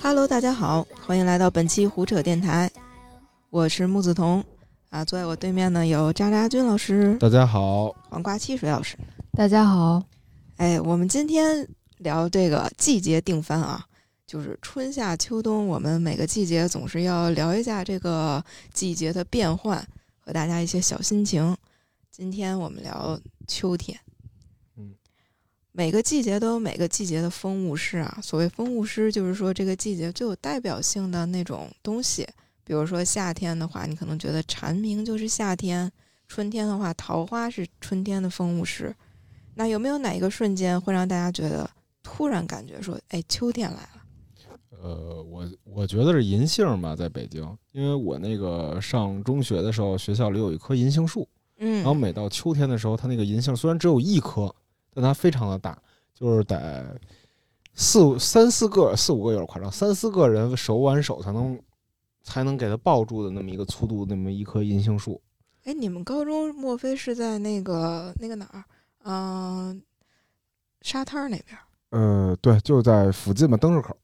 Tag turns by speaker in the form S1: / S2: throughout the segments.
S1: Hello，大家好，欢迎来到本期胡扯电台，我是木子彤啊，坐在我对面呢有渣渣君老师、
S2: 大家好，
S1: 黄瓜汽水老师。
S3: 大家好，
S1: 哎，我们今天聊这个季节定番啊，就是春夏秋冬，我们每个季节总是要聊一下这个季节的变换和大家一些小心情。今天我们聊秋天，
S2: 嗯，
S1: 每个季节都有每个季节的风物诗啊。所谓风物诗，就是说这个季节最有代表性的那种东西。比如说夏天的话，你可能觉得蝉鸣就是夏天；春天的话，桃花是春天的风物诗。那有没有哪一个瞬间会让大家觉得突然感觉说，哎，秋天来了？
S2: 呃，我我觉得是银杏吧，在北京，因为我那个上中学的时候，学校里有一棵银杏树，然后
S1: 嗯，
S2: 每到秋天的时候，它那个银杏虽然只有一棵，但它非常的大，就是得四五三四个四五个有点夸张，三四个人手挽手才能才能给它抱住的那么一个粗度，那么一棵银杏树。
S1: 哎，你们高中莫非是在那个那个哪儿？嗯、沙滩儿那边儿。
S2: 呃，对，就在附近吧，灯市口，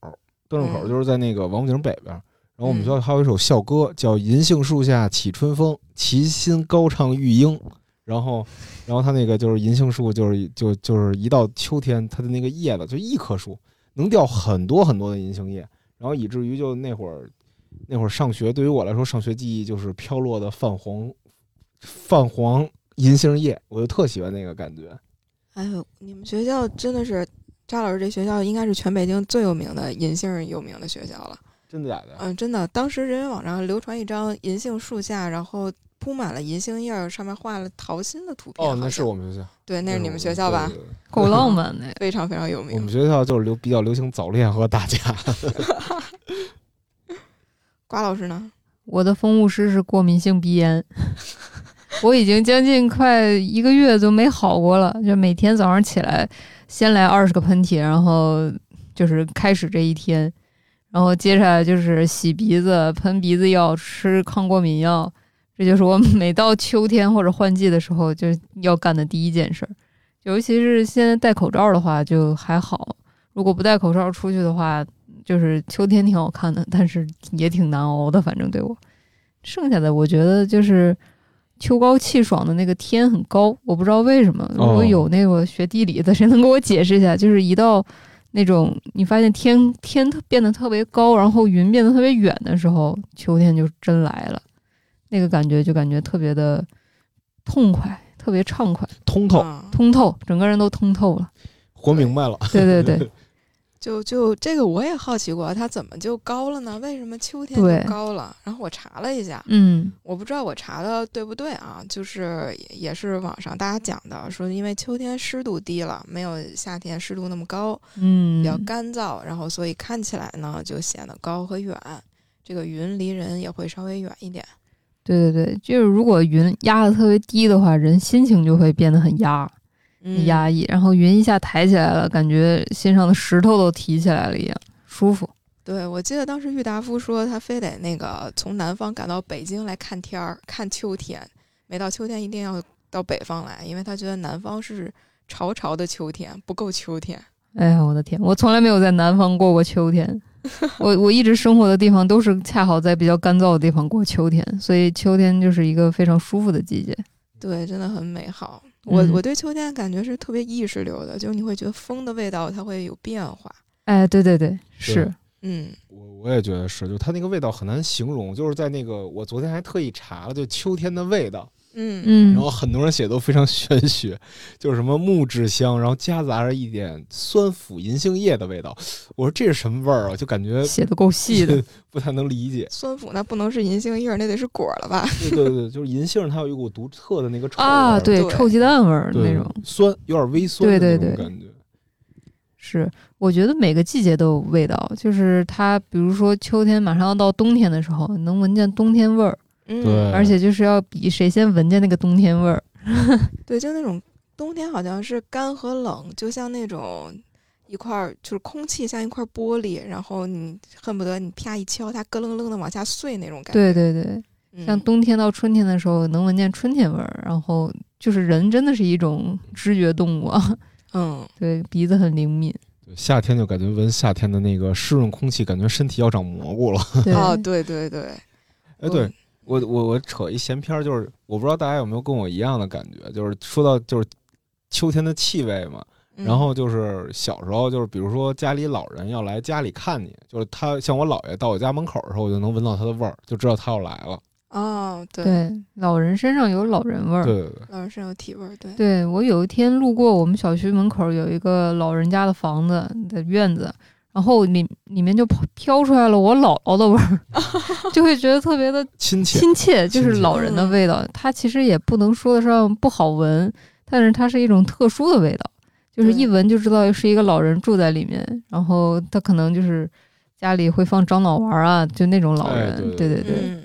S2: 灯市口
S1: 嗯
S2: 就是在那个王府井北边儿。然后我们
S1: 嗯
S2: 学校还有一首校歌，叫《银杏树下起春风，其心高唱玉英》。然后，然后它那个就是银杏树，就是就就是一到秋天，它的那个叶子就一棵树能掉很多很多的银杏叶，然后以至于就那会儿那会儿上学，对于我来说，上学记忆就是飘落的泛黄泛黄银杏叶，我就特喜欢那个感觉。
S1: 哎呦，你们学校真的是扎老师这学校应该是全北京最有名的银杏儿有名的学校了。
S2: 真的假的？
S1: 嗯，真的，当时人人网上流传一张银杏树下，然后铺满了银杏叶儿，上面画了桃心的图片。
S2: 哦，
S1: 好
S2: 那是
S1: 像
S2: 我们学校。
S1: 对，那是你们学
S2: 我
S1: 校吧
S2: 对？对对
S3: 够浪漫的呀。
S1: 非常非常有名。
S2: 我们学校就是流比较流行早恋和打架。
S1: 瓜老师呢？
S3: 我的风物诗是过敏性鼻炎， 我已经将近快一个月就没好过了，就每天早上起来先来二十个喷嚏，然后就是开始这一天，然后接下来就是洗鼻子、喷鼻子药、吃抗过敏药，这就是我每到秋天或者换季的时候就要干的第一件事儿。尤其是现在戴口罩的话就还好，如果不戴口罩出去的话，就是秋天挺好看的，但是也挺难熬的。反正对我，剩下的我觉得就是秋高气爽的那个天很高，我不知道为什么。如果有那个学地理的，谁能给我解释一下？就是一到那种你发现天天特变得特别高，然后云变得特别远的时候，秋天就真来了，那个感觉就感觉特别的痛快，特别畅快，
S2: 通透，
S1: 啊
S3: 通透，整个人都通 透了。
S2: 活明白了。
S3: 对 对对，
S1: 就就这个我也好奇过，它怎么就高了呢？为什么秋天
S3: 对
S1: 就高了？然后我查了一下，
S3: 嗯。
S1: 我不知道我查的对不对啊，就是也也是网上大家讲的，说因为秋天湿度低了，没有夏天湿度那么高，
S3: 嗯
S1: 比较干燥，然后所以看起来呢就显得高和远，这个云离人也会稍微远一点。
S3: 对对对，就是如果云压的特别低的话，人心情就会变得很压
S1: 嗯，
S3: 压抑，然后云一下抬起来了，感觉心上的石头都提起来了一样，舒服。
S1: 对，我记得当时郁达夫说他非得那个从南方赶到北京来看天儿，看秋天。每到秋天一定要到北方来，因为他觉得南方是潮潮的秋天，不够秋天。
S3: 哎呀，我的天，我从来没有在南方过过秋天， 我我一直生活的地方都是恰好在比较干燥的地方过秋天，所以秋天就是一个非常舒服的季节。
S1: 对，真的很美好。我
S3: 嗯
S1: 我对秋天感觉是特别意识流的，就是你会觉得风的味道它会有变化。
S3: 哎，对对对，是，
S1: 嗯，
S2: 我我也觉得是，就它那个味道很难形容，就是在那个我昨天还特意查了，就秋天的味道，
S1: 嗯
S3: 嗯
S2: 然，后很多人写得都非常玄学，就是什么木质香，然后夹杂着一点酸腐银杏叶的味道。我说这是什么味儿啊？就感觉
S3: 写的够细的，
S2: 不太能理解。
S1: 酸腐那不能是银杏叶儿，那得是果儿了吧？
S2: 对对对，就是银杏它有一股独特的那个臭味
S3: 啊，
S2: 儿
S3: 对，
S1: 对
S3: 臭鸡蛋味儿
S2: 对
S3: 那种。
S2: 酸，有点微酸的
S3: 对
S2: 那
S3: 对
S2: 种
S3: 对
S2: 感觉。
S3: 是，我觉得每个季节都有味道，就是它，比如说秋天马上要到冬天的时候，能闻见冬天味儿，
S1: 嗯，
S2: 对
S3: 而且就是要比谁先闻见那个冬天味儿。
S1: 对，就那种冬天好像是干和冷，就像那种一块儿就是空气像一块玻璃，然后你恨不得你啪一敲它，咯楞楞的往下碎那种感觉。嗯
S3: 对对对，
S1: 对
S3: 像冬天到春天的时候，能闻见春天味儿，然后就是人真的是一种知觉动物啊，
S1: 嗯，
S3: 对，鼻子很灵敏，
S2: 对夏天就感觉闻夏天的那个湿润空气，感觉身体要长蘑菇了。
S3: 对，
S1: 哦，对对对，
S2: 哎，对，
S1: 嗯
S2: 我我我扯一闲篇儿，就是我不知道大家有没有跟我一样的感觉，就是说到就是秋天的气味嘛。
S1: 嗯
S2: 然后就是小时候，就是比如说家里老人要来家里看你，就是他像我姥爷到我家门口的时候，我就能闻到他的味儿，就知道他要来了。
S1: 哦，对，
S3: 对，老人身上有老人味儿。
S2: 对对对，
S1: 老人身上有体味儿，对，
S3: 对我有一天路过我们小区门口有一个老人家的房子的院子，然后里里面就跑飘出来了我姥姥的味 儿，就会觉得特别的
S2: 亲切。
S3: 亲切，
S2: 亲
S3: 就是
S2: 切
S3: 老
S1: 嗯
S3: 人的味道。它其实也不能说得上不好闻，但是它是一种特殊的味道，就是
S1: 对
S3: 一闻就知道是一个老人住在里面，然后他可能就是家里会放樟脑丸啊，就那种老
S2: 哎
S3: 人。
S2: 对
S3: 对对，
S1: 嗯，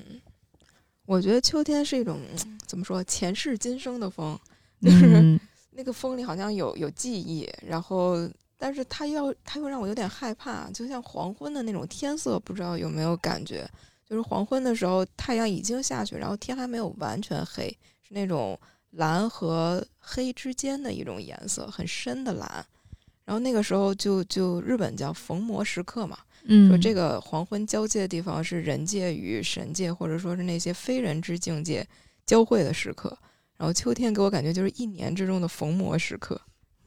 S1: 我觉得秋天是一种嗯怎么说前世今生的风，
S3: 嗯，
S1: 那个风里好像有有记忆，然后但是它要它又让我有点害怕，就像黄昏的那种天色，不知道有没有感觉？就是黄昏的时候，太阳已经下去，然后天还没有完全黑，是那种蓝和黑之间的一种颜色，很深的蓝。然后那个时候就就日本叫逢魔时刻嘛，
S3: 嗯，
S1: 说这个黄昏交界的地方是人界与神界，或者说是那些非人之境界交汇的时刻。然后秋天给我感觉就是一年之中的逢魔时刻。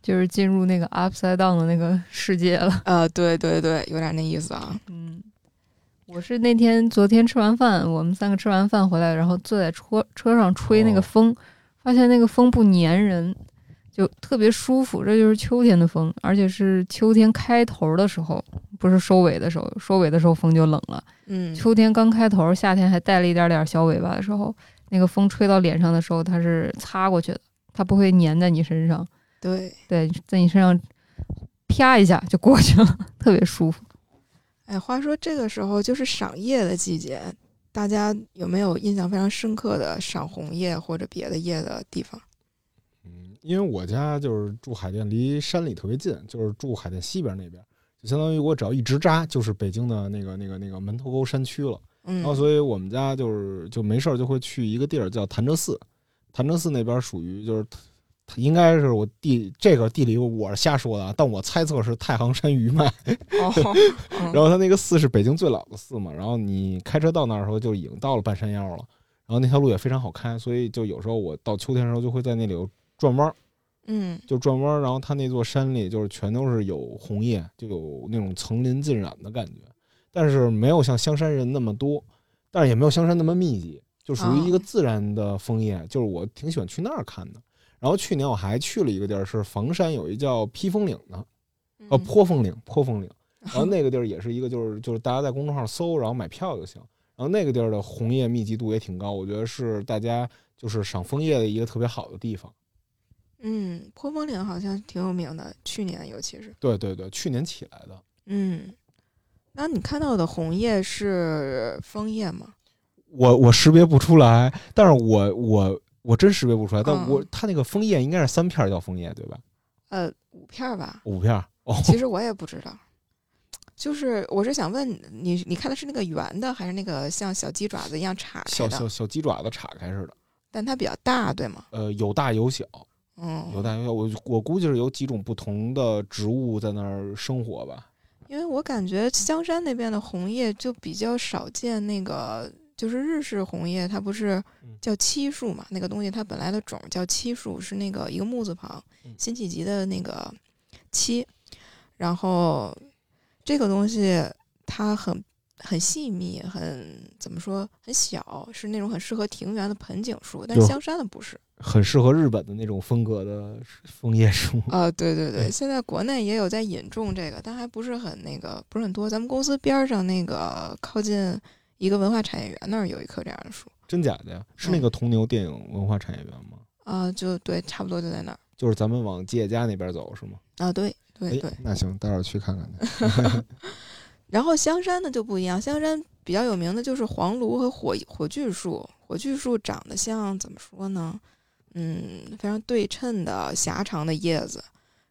S3: 就是进入那个 upside down 的那个世界了。
S1: 呃，对对对，有点那意思啊。
S3: 嗯，我是那天昨天吃完饭，我们三个吃完饭回来，然后坐在车车上吹那个
S2: 哦
S3: 风，发现那个风不粘人，就特别舒服。这就是秋天的风，而且是秋天开头的时候，不是收尾的时候。收尾的时候风就冷了，
S1: 嗯，
S3: 秋天刚开头，夏天还带了一点点小尾巴的时候，那个风吹到脸上的时候，它是擦过去的，它不会粘在你身上。
S1: 对，
S3: 对，在你身上啪一下就过去了，特别舒服。
S1: 哎，话说这个时候就是赏叶的季节，大家有没有印象非常深刻的赏红叶或者别的叶的地方？
S2: 嗯，因为我家就是住海淀，离山里特别近，就是住海淀西边那边，就相当于我只要一直扎，就是北京的那个那个那个门头沟山区了。
S1: 嗯，
S2: 然 后，所以我们家就是就没事儿就会去一个地儿叫潭柘寺，潭柘寺那边属于就是，应该是我地这个地理我是瞎说的啊，但我猜测是太行山余脉。
S1: 哦，嗯
S2: 然后它那个寺是北京最老的寺嘛，然后你开车到那儿的时候就已经到了半山腰了，然后那条路也非常好开，所以就有时候我到秋天的时候就会在那里有转弯儿，
S1: 嗯
S2: 就转弯儿，然后它那座山里就是全都是有红叶，就有那种层林尽染的感觉，但是没有像香山人那么多，但是也没有香山那么密集，就属于一个
S1: 哦
S2: 自然的枫叶，就是我挺喜欢去那儿看的。然后去年我还去了一个地儿，是房山有一叫披风岭的，呃，
S1: 嗯
S2: 坡峰岭，坡峰岭。 然后那个地儿也是一个，就是就是大家在公众号搜，然后买票就行。然后那个地儿的红叶密集度也挺高，我觉得是大家就是赏枫叶的一个特别好的地方。
S1: 嗯，坡峰岭好像挺有名的，去年尤其是。
S2: 对对对，去年起来的。
S1: 嗯，那你看到的红叶是枫叶吗？
S2: 我我识别不出来，但是我我我真识别不出来。但
S1: 嗯
S2: 我它那个枫叶应该是三片儿叫枫叶对吧？。
S1: 呃，五片儿吧
S2: 五片儿哦，
S1: 其实我也不知道，就是我是想问你，你看的是那个圆的，还是那个像小鸡爪子一样叉开
S2: 小
S1: 的
S2: 小？小鸡爪子岔开似的，
S1: 但它比较大，对吗？
S2: 呃，有大有小，有
S1: 嗯，
S2: 大有小。我我估计是有几种不同的植物在那儿生活吧。
S1: 因为我感觉香山那边的红叶就比较少见，那个就是日式红叶，它不是
S2: 嗯
S1: 叫漆树嘛？那个东西它本来的种叫漆树，是那个一个木字旁
S2: 嗯，
S1: 辛弃疾的那个漆。然后这个东西它很很细密，很怎么说，很小，是那种很适合庭园的盆景树，但
S2: 就
S1: 香山的不是。
S2: 很适合日本的那种风格的枫叶树。
S1: 啊、对对对，
S2: 嗯
S1: 现在国内也有在引种这个，但还不是很那个，不是很多。咱们公司边儿上那个靠近一个文化产业园那儿有一棵这样的树，
S2: 真假的呀？是那
S3: 嗯
S2: 个铜牛电影文化产业园吗？
S1: 啊、就对，差不多就在那儿。
S2: 就是咱们往吉野家那边走是吗？
S1: 啊，对对对
S2: 哎。，那行，待会儿去看看去。
S1: 然后香山呢就不一样，香山比较有名的就是黄芦和火火炬树。火炬树长得像怎么说呢？嗯，非常对称的狭长的叶子，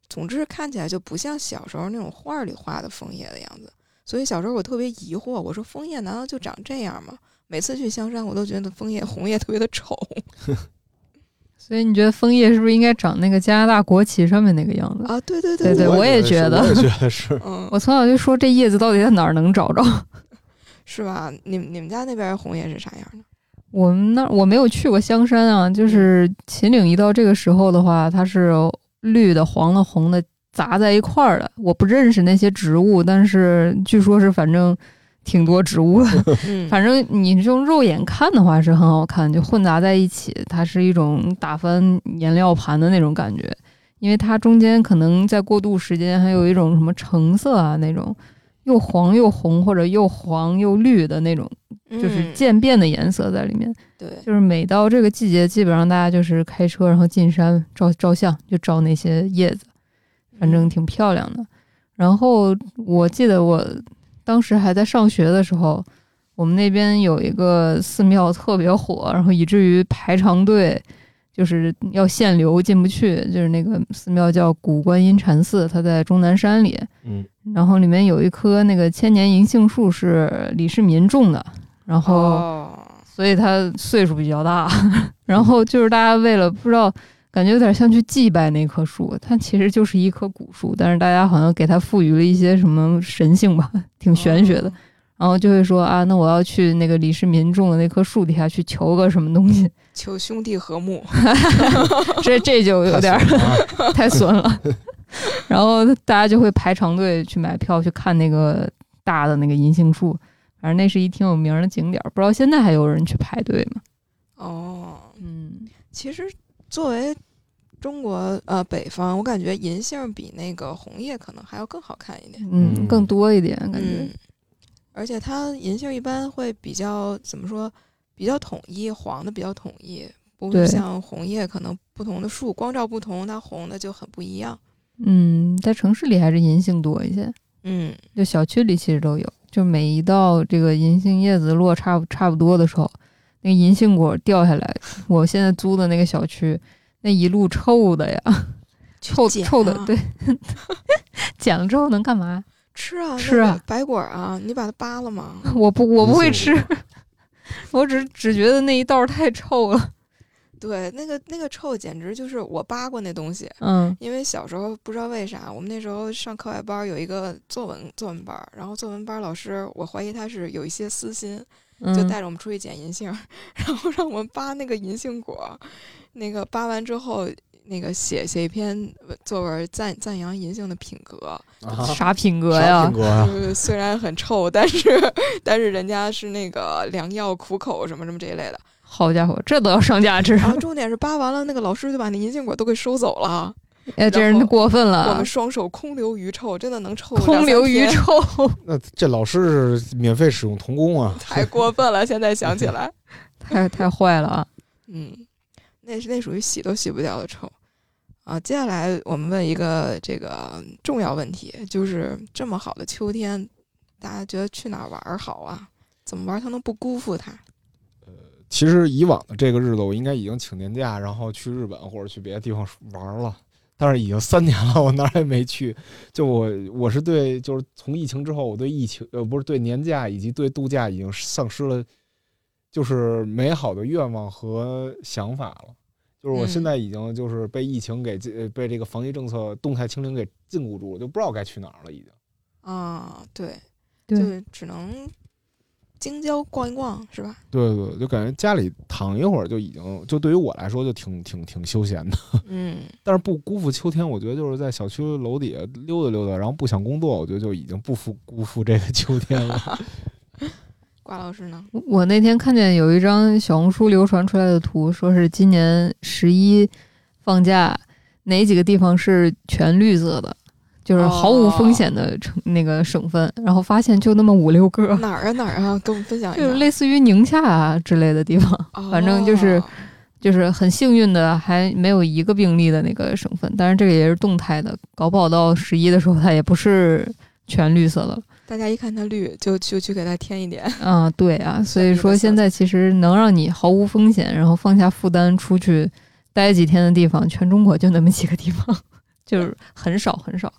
S1: 总之看起来就不像小时候那种画儿里画的枫叶的样子。所以小时候我特别疑惑，我说枫叶难道就长这样吗？每次去香山，我都觉得枫叶红叶特别的丑。
S3: 所以你觉得枫叶是不是应该长那个加拿大国旗上面那个样子？
S1: 啊，对对
S3: 对
S1: 对。
S3: 我也
S2: 觉
S3: 觉
S2: 是
S3: 得
S2: 我也觉得是
S1: 嗯，
S3: 我从小就说这叶子到底在哪儿能找着？
S1: 是吧？你们你们家那边红叶是啥样的？
S3: 我们那儿我没有去过香山啊，就是秦岭一到这个时候的话，它是绿的、黄的、红的杂在一块儿的。我不认识那些植物，但是据说是反正挺多植物的。
S1: 嗯，
S3: 反正你用肉眼看的话是很好看，就混杂在一起，它是一种打翻颜料盘的那种感觉，因为它中间可能在过渡时间还有一种什么橙色啊那种，又黄又红或者又黄又绿的那种，
S1: 正
S3: 就是渐变的颜色在里面。
S1: 嗯对，
S3: 就是每到这个季节，基本上大家就是开车然后进山照照相，就照那些叶子，反
S1: 嗯
S3: 正挺漂亮的。然后我记得我当时还在上学的时候，我们那边有一个寺庙特别火，然后以至于排长队，就是要限流进不去。就是那个寺庙叫古观音禅寺，它在终南山里。
S2: 嗯，
S3: 然后里面有一棵那个千年银杏树是李世民种的，然后、
S1: 哦，
S3: 所以他岁数比较 大。然后就是大家为了不知道，感觉有点像去祭拜那棵树，它其实就是一棵古树，但是大家好像给它赋予了一些什么神性吧， 挺玄学的。
S1: 哦，
S3: 然后就会说啊，那我要去那个李世民种的那棵树底下去求个什么东 西，
S1: 求兄弟和睦。
S3: 这这就有点儿
S2: 太损了 啊
S3: 太损了。 然后大家就会排长队去买票去看那个大的那个银杏树，反正那是一挺有名儿的景点儿，不知道现在还有人去排队吗？
S1: 哦，
S3: 嗯，
S1: 其实作为中国呃北方，我感觉银杏比那个红叶可能还要更好看一点。
S3: 嗯，
S2: 嗯
S3: 更多一点感觉。
S1: 嗯，而且它银杏一般会比较怎么说，比较统一，黄的比较统一，不
S3: 对
S1: 会像红叶可能不同的树光照不同，它红的就很不一样。
S3: 嗯，在城市里还是银杏多一些，
S1: 嗯
S3: 就小区里其实都有。就每一道这个银杏叶子落差不差不多的时候，那个银杏果掉下来，我现在租的那个小区，那一路臭的呀，臭
S1: 去捡
S3: 臭的
S1: 啊，
S3: 对， 捡了之后能干嘛？
S1: 吃啊
S3: 吃
S1: 那
S3: 啊
S1: 个白果儿啊，你把它扒了 吗？
S3: 我不我不会吃
S2: 银，
S3: 我只只觉得那一道太臭了。
S1: 对，那个那个臭简直就是我扒过那东西。
S3: 嗯
S1: 因为小时候不知道为啥，我们那时候上课外班儿有一个作文作文班儿，然后作文班儿老师，我怀疑他是有一些私心，就
S3: 嗯
S1: 带着我们出去捡银杏儿， 然后让我们扒那个银杏果儿，那个扒完之后，那个写写一篇作文赞赞扬银杏的品格。
S2: 啊
S3: 啥品格
S2: 啥
S3: 呀
S2: 苹？果啊呀？
S1: 就是虽然很臭，但是但是人家是那个良药苦口什么什么这一类的。
S3: 好家伙，这都要上价 值？
S1: 然后重点是扒完了，那个老师就把那银杏果都给收走了，
S3: 哎，这人
S1: 然后
S3: 过分
S1: 我
S3: 了
S1: 们，双手空留余臭，真的能 臭
S3: 空留余
S1: 臭。
S3: 臭。
S2: 那这老师是免费使用童工啊？
S1: 太过分了，现在想起 来，
S3: 太太坏了啊！
S1: 嗯，那是那属于洗都洗不掉的臭啊。接下来我们问一个这个重要问题，就是这么好的秋天，大家觉得去哪儿玩儿好啊？怎么玩儿才能不辜负它？
S2: 其实以往的这个日子，我应该已经请年假，然后去日本或者去别的地方玩了。但是已经三年了，我哪儿也没去。就我，我是对，就是从疫情之后，我对疫情，呃，不是对年假以及对度假已经丧失了，就是美好的愿望和想法了。就是我
S1: 嗯
S2: 现在已经就是被疫情给禁、呃被这个防疫政策动态清零给禁锢住了，就不知道该去哪儿了，已经。
S1: 啊，对，
S3: 对
S1: 就只能京郊逛一逛，是 吧？
S2: 对对，对就感觉家里躺一会儿就已经，就对于我来说就挺挺挺休闲的。
S1: 嗯，
S2: 但是不辜负秋天，我觉得就是在小区楼底下溜达溜达，然后不想工作，我觉得就已经不负辜负这个秋天了。
S1: 瓜老师呢？
S3: 我我那天看见有一张小红书流传出来的图，说是今年十一放假哪几个地方是全绿色的，就是毫无风险的城、那个省份，然后发现就那么五六个，
S1: 哪儿啊哪儿啊？跟我们分享
S3: 就是
S1: 一下。
S3: 类似于宁夏啊之类的地方，反正就是
S1: 哦
S3: 就是很幸运的还没有一个病例的那个省份，但是这个也是动态的，搞不好到十一的时候它也不是全绿色了。
S1: 大家一看它绿，就就去给它添一点。
S3: 啊，对啊，所以
S1: 绿
S3: 说
S1: 色
S3: 现
S1: 的
S3: 在其实能让你毫无风险，然后放下负担出去待几天的地方，全中国就那么几个地方， 就是很少很少。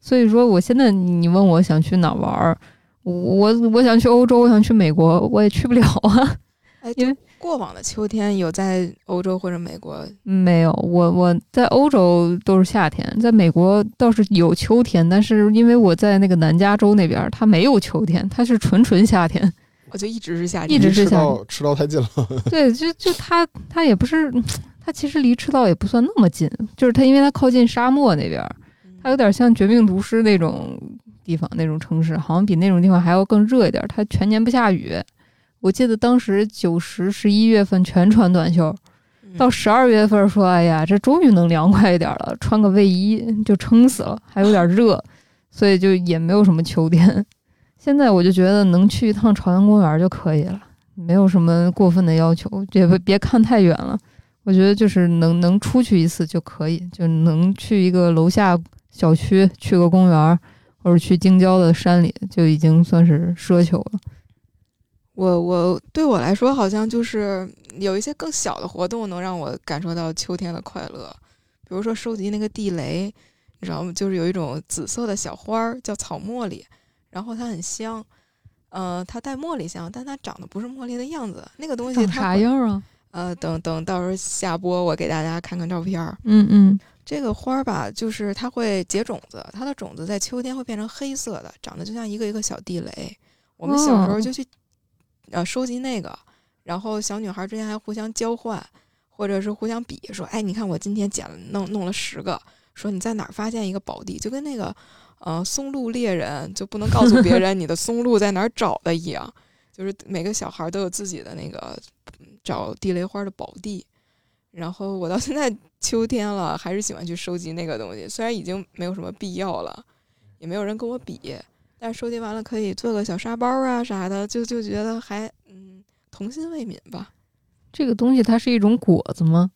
S3: 所以说，我现在你问我想去哪儿玩儿，我我我想去欧洲，我想去美国，我也去不了啊。
S1: 哎，
S3: 因为
S1: 就过往的秋天有在欧洲或者美国，
S3: 没有，我我在欧洲都是夏天，在美国倒是有秋天，但是因为我在那个南加州那边，它没有秋天，它是纯纯夏天。
S1: 我就一直是夏
S3: 一
S1: 天。
S3: 直
S2: 吃
S3: 是想
S2: 到吃到太近了，
S3: 对，就就它它也不是，它其实离赤道也不算那么近，就是它因为它靠近沙漠那边，
S1: 嗯
S3: 它有点像《绝命毒师》那种地方那种城市，好像比那种地方还要更热一点。它全年不下雨，我记得当时九十、十一月份全穿短袖，
S1: 嗯
S3: 到十二月份说，哎呀，这终于能凉快一点了，穿个卫衣就撑死了，还有点热，所以就也没有什么秋天。 现在我就觉得能去一趟朝阳公园就可以了，没有什么过分的要求，也不别看太远了。我觉得就是能能出去一次就可以，就能去一个楼下小区，去个公园，或者去京郊的山里，就已经算是奢求了。
S1: 我我对我来说，好像就是有一些更小的活动能让我感受到秋天的快乐，比如说收集那个地雷，你知道吗？就是有一种紫色的小花儿叫草茉莉，然后它很香，呃，它带茉莉香，但它长得不是茉莉的样子。那个东西
S3: 长
S1: 它
S3: 啥
S1: 会？
S3: 样啊？
S1: 呃，等等，到时候下播我给大家看看照片儿。
S3: 嗯嗯，
S1: 这个花儿吧，就是它会结种子，它的种子在秋天会变成黑色的，长得就像一个一个小地雷。我们小时候
S3: 哦
S1: 就去、呃收集那个，然后小女孩之间还互相交换，或者是互相比，说：“哎，你看我今天捡了弄弄了十个，说你在哪儿发现一个宝地，就跟那个呃松露猎人就不能告诉别人你的松露在哪儿找的一样，就是每个小孩都有自己的那个嗯找地雷花的宝地。然后我到现在秋天了，还是喜欢去收集那个东西，虽然已经没有什么必要了，也没有人跟我比，但是收集完了可以做个小沙包啊啥的，就就觉得还嗯童心未泯吧。
S3: 这个东西它是一种果子吗？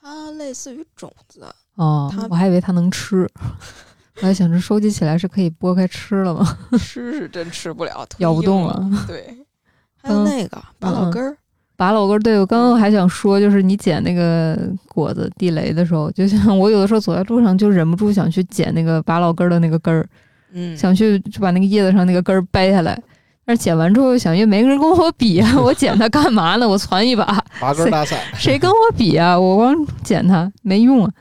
S1: 它类似于种子，
S3: 哦
S1: 它，
S3: 我还以为它 能吃，我还想着收集起来是可以剥开吃了吗？
S1: 吃是真吃不 了，
S3: 咬不动
S1: 了。
S3: 了。
S1: 对，还有
S3: 嗯
S1: 那个拔老
S3: 嗯
S1: 根儿，
S3: 拔了我根儿，对我刚刚还想说，就是你捡那个果子地雷的时候，就像我有的时候走在路上就忍不住想去捡那个拔老根儿的那个根儿，
S1: 嗯，
S3: 想去就把那个叶子上那个根儿掰下来。但是捡完之后又想，也没人跟我比啊， 我捡它干嘛呢？我攒一把，
S2: 拔根儿大赛。
S3: 谁跟我比啊？我光捡它没用啊，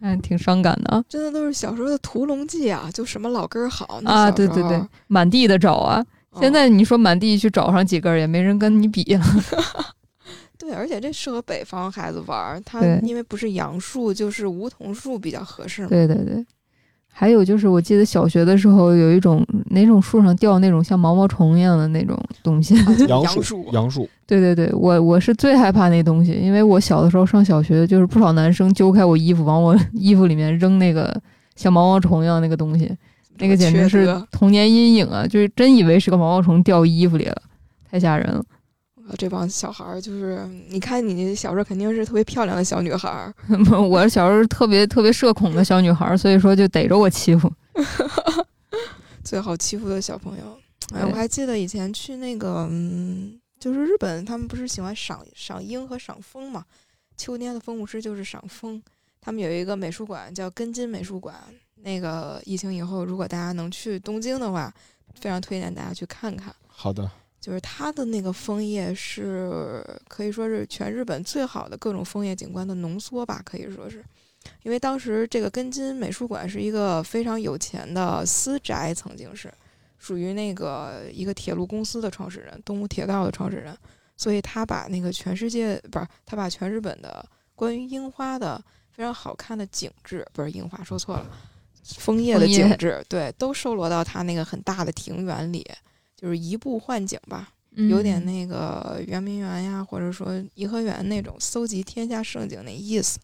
S3: 哎，挺伤感的啊。
S1: 真的都是小时候的屠龙记啊，就什么老根儿好那
S3: 啊，
S1: 小
S3: 对
S1: 时
S3: 对
S1: 候
S3: 对，满地的找啊，
S1: 嗯
S3: 现在你说满地去找上几根儿，也没人跟你比啊了。
S1: 对，而且这适合北方孩子玩儿，它
S3: 对
S1: 因为不是杨树就是梧桐树比较合适嘛。
S3: 对对对，还有就是我记得小学的时候有一种哪种树上掉那种像毛毛虫一样的那种东西。
S1: 啊就
S2: 杨
S1: 杨
S2: 树，杨树，
S3: 对对对，我我是最害怕那东西，因为我小的时候上小学，就是不少男生揪开我衣服往我衣服里面扔那个像毛毛虫一样那个东西，那个简直
S1: 缺
S3: 是
S1: 德
S3: 童年阴影啊！就是真以为是个毛毛虫掉衣服里了，太吓人了。
S1: 啊这帮小孩儿就是，你看你小时候肯定是特别漂亮的小女孩儿，
S3: 我小时候特别特别社恐的小女孩儿，所以说就逮着我欺负。
S1: 最好欺负的小朋友。哎，
S3: 对
S1: 我还记得以前去那个，嗯，就是日本，他们不是喜欢赏赏樱和赏枫嘛？秋天的风物诗就是赏枫。他们有一个美术馆叫根津美术馆，那个疫情以后，如果大家能去东京的话，非常推荐大家去看看。
S2: 好的，
S1: 就是它的那个枫叶是可以说是全日本最好的各种枫叶景观的浓缩吧，可以说是。因为当时这个根津美术馆是一个非常有钱的私宅，曾经是属于那个一个铁路公司的创始人，东武铁道的创始人，所以他把那个全世界不是他把全日本的关于樱花的非常好看的景致，不是樱花说错了，枫叶的
S3: 枫叶
S1: 景致，对，都收罗到他那个很大的庭园里，就是移步换景吧，有
S3: 嗯
S1: 点那个圆明园呀，或者说颐和园那种搜集天下盛景那意思。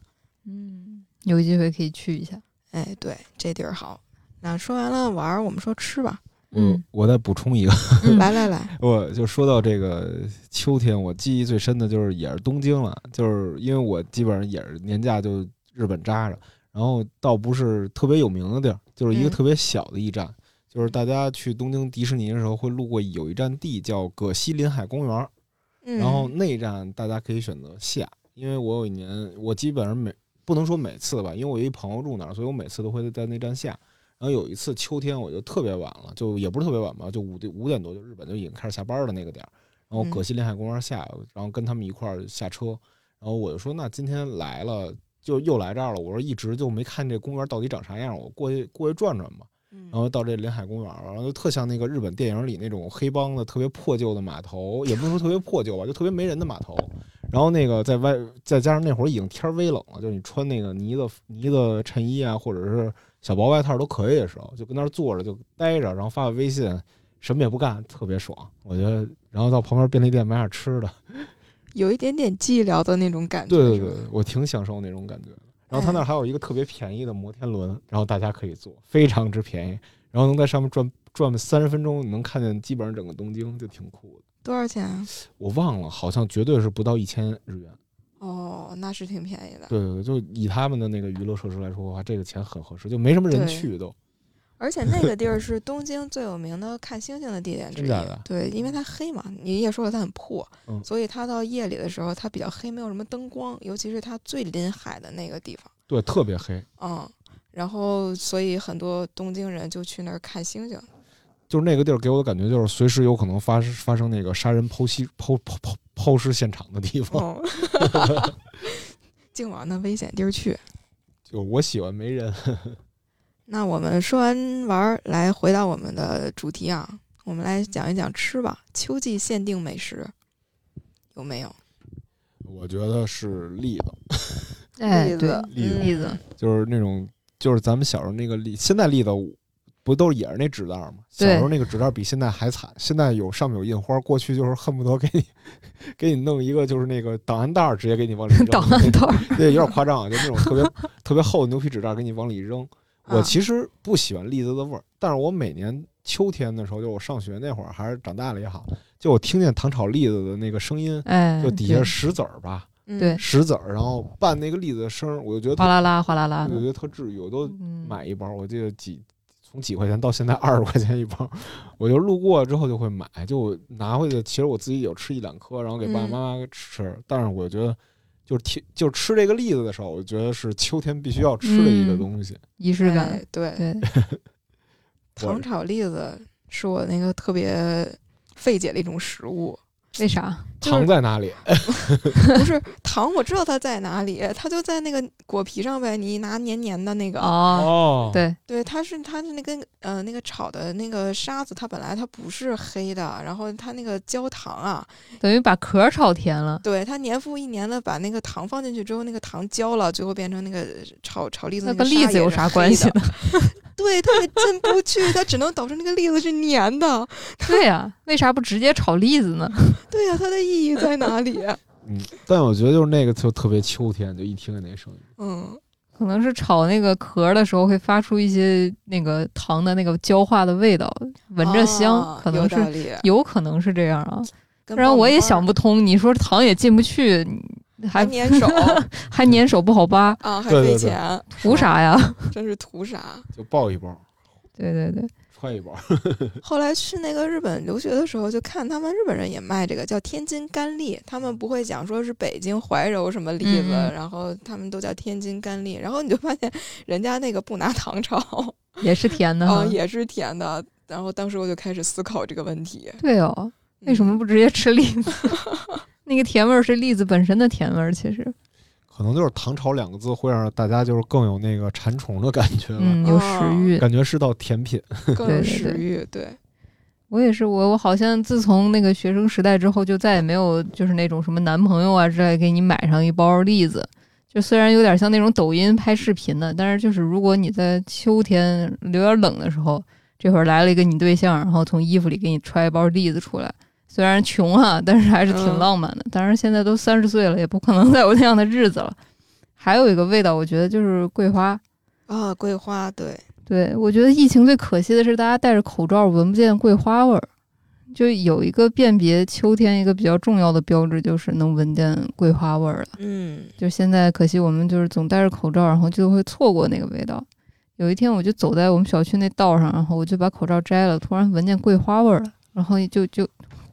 S3: 嗯，有机会可以去 一下。
S1: 哎，对，这地儿好。那说完了玩儿，我们说吃 吧。
S2: 我我再补充一个，
S3: 嗯
S1: 来来来，
S2: 我就说到这个秋天，我记忆最深的就是也是东京了，就是因为我基本上也是年假就日本扎着，然后倒不是特别有名的地儿，就是一
S1: 嗯
S2: 个特别小的一站，就是大家去东京迪士尼的时候会路过有一站地叫葛西临海公园，
S1: 嗯，
S2: 然后那一站大家可以选择下，因为我有一年我基本上每不能说每次吧，因为我有一朋友住那儿，所以我每次都会在那站下。然后有一次秋天我就特别晚了，就也不是特别晚吧，就五点五点多就日本就已经开始下班的那个点儿，然后
S1: 嗯
S2: 葛西临海公园下，然后跟他们一块儿下车，然后我就说那今天来了就又来这儿了，我说一直就没看这公园到底长啥样，我过去过去转转吧。
S1: 嗯
S2: 然后到这临海公园儿，然后就特像那个日本电影里那种黑帮的特别破旧的码头，也不是说特别破旧吧，就特别没人的码头。然后那个在外，再加上那会儿已经天儿微冷了，就是你穿那个呢子呢子衬衣啊，或者是小薄外套都可以的时候，就跟那儿坐着就待着，然后发发微信，什么也不干，特别爽。我觉得，然后到旁边便利店买点吃的，
S1: 有一点点寂寥的那种感觉。
S2: 对对
S1: 是吧
S2: 对，我挺享受那种感觉的。然后他那儿还有一个特别便宜的摩天轮，然后大家可以坐，非常之便宜，然后能在上面转转三十分钟，你能看见基本上整个东京，就挺酷的。
S1: 多少钱啊？
S2: 我忘了，好像绝对是不到一千日元。
S1: 哦，那是挺便宜的。
S2: 对对对，就以他们的那个娱乐设施来说的话，这个钱很合适，就没什么人
S1: 对
S2: 去都。
S1: 而且那个地 儿是东京最有名的看星星的地点之
S2: 真
S1: 一
S2: 假的。
S1: 对，因为它黑嘛，你也说了它很破，
S2: 嗯
S1: 所以它到夜里的时候它比较黑，没有什么灯光，尤其是它最临海的那个地方，
S2: 对，特别黑，
S1: 嗯。然后，所以很多东京人就去那儿看星星。
S2: 就是那个地儿给我的感觉就是随时有可能发发生那个杀人剖析剖剖剖剖尸现场的地方。
S1: 哦， 净往那危险地儿去。
S2: 就我喜欢没人，
S1: 那我们说完玩儿，来回到我们的主题啊，我们来讲一讲吃吧。秋季限定美食有没有？
S2: 我觉得是栗子。
S3: 哎，对，
S1: 嗯
S2: 栗子
S3: 栗子，
S2: 就是那种就是咱们小时候那个栗，现在栗子不都也是那纸袋儿吗？小
S3: 对
S2: 时候那个纸袋儿比现在还惨，现在有上面有印花，过去就是恨不得给你 给你弄一个就是那个档案袋儿，直接给你往里扔，
S3: 档 案袋儿，
S2: 对，有点夸张啊，就那种特别 特别厚的牛皮纸袋儿给你往里扔。我
S1: 啊
S2: 其实不喜欢栗子的味儿，但是我每年秋天的时候，就我上学那会儿，还是长大了也好，就我听见糖炒栗子的那个声音，
S3: 哎，
S2: 就底下
S3: 对
S2: 石子儿吧，
S1: 嗯
S3: 对
S2: 石子儿，然后拌那个栗子的声儿，我就觉
S3: 哗
S2: 得
S3: 啦啦，哗啦啦
S2: 特，我觉得
S3: 的，
S2: 特治愈，我都
S3: 嗯，
S2: 买一包，我记得几从几块钱到现在二十块钱一包，我就路过之后就会买，就我拿回去，其实我自己有吃一两颗，然后给爸爸
S1: 嗯
S2: 妈妈吃，但是我觉得。就是天，就吃这个栗子的时候，我觉得是秋天必须要吃的一个
S3: 嗯
S2: 东西。
S3: 仪式感
S1: 哎，对，
S3: 对，
S1: 糖炒栗子是我那个特别费解的一种食物。
S3: 为啥？
S1: 就是
S2: 糖在哪里？
S3: 啊
S1: 不是糖，我知道它在哪里，它就在那个果皮上呗。你拿黏黏的那个，
S3: 哦，
S2: 哦，
S3: 对，
S1: 对，它是它是那根呃那个炒的那个沙子，它本来它不是黑的，然后它那个焦糖啊，
S3: 等于把壳儿炒甜了，
S1: 对，它年复一年的把那个糖放进去之后，那个糖焦了，最后变成那个炒炒栗子
S3: 那
S1: 个
S3: 跟
S1: 沙
S3: 栗子
S1: 也
S3: 有
S1: 是
S3: 啥
S1: 黑
S3: 关系
S1: 的
S3: 呢？
S1: 对，它也进不去，它只能导致那个栗子是粘的。
S3: 对呀、为啥不直接炒栗子呢？
S1: 对呀、它的意义在哪里？啊
S2: 嗯，但我觉得就是那个就特别秋天，就一听见那声音，
S1: 嗯，
S3: 可能是炒那个壳儿的时候会发出一些那个糖的那个焦化的味道，闻着香，
S1: 啊
S3: 可
S1: 有
S3: 能
S1: 道
S3: 是
S1: 理。
S3: 有可能是这样啊，
S1: 不
S3: 不然我也想不通，你说糖也进不去，你
S1: 还
S3: 还
S1: 粘手
S3: 还粘手不好扒，
S1: 啊，还
S2: 对对
S1: 费
S2: 对
S1: 钱，
S3: 图啥呀？
S1: 真是图啥？
S2: 就抱一包，
S3: 对对对，
S2: 揣一包。
S1: 后来去那个日本留学的时候，就看他们日本人也卖这个叫天津干栗，他们不会讲说是北京怀柔什么栗子，
S3: 嗯嗯
S1: 然后他们都叫天津干栗。然后你就发现人家那个不拿糖炒，
S3: 也是甜的
S1: 然
S3: 哈。
S1: 后哦也是甜的。然后当时我就开始思考这个问题，
S3: 对哦，为什么
S1: 嗯
S3: 不直接吃栗子？ 那个甜味儿是栗子本身的甜味儿，其实，
S2: 可能就是“糖炒”两个字会让大家就是更有那个馋虫的感觉吧，
S3: 嗯，有
S1: 哦
S3: 食欲。
S2: 感觉是道甜品。
S1: 更
S3: 对
S1: 有
S3: 对
S1: 食
S3: 对
S1: 欲？对，
S3: 我也是，我我好像自从那个学生时代之后，就再也没有就是那种什么男朋友啊之类给你买上一包栗子。就虽然有点像那种抖音拍视频的，但是就是如果你在秋天有点冷的时候，这会儿来了一个你对象，然后从衣服里给你揣一包栗子出来，虽然穷哈、但是还是挺
S1: 嗯
S3: 浪漫的。当然现在都三十岁了，也不可能 再有那样的日子了。还有一个味道，我觉得就是桂花。
S1: 啊，桂花，对，
S3: 对，我觉得疫情最可惜的是，大家戴着口罩闻不见桂花味儿。就有一个辨别秋天一个比较重要的标志，就是能闻见桂花味儿了。
S1: 嗯，
S3: 就现在，可惜我们就是总戴着口罩，然后就会错过那个味道。有一天，我就走在我们小区那道上，然后我就把口罩摘了，突然闻见桂花味儿了，然后就就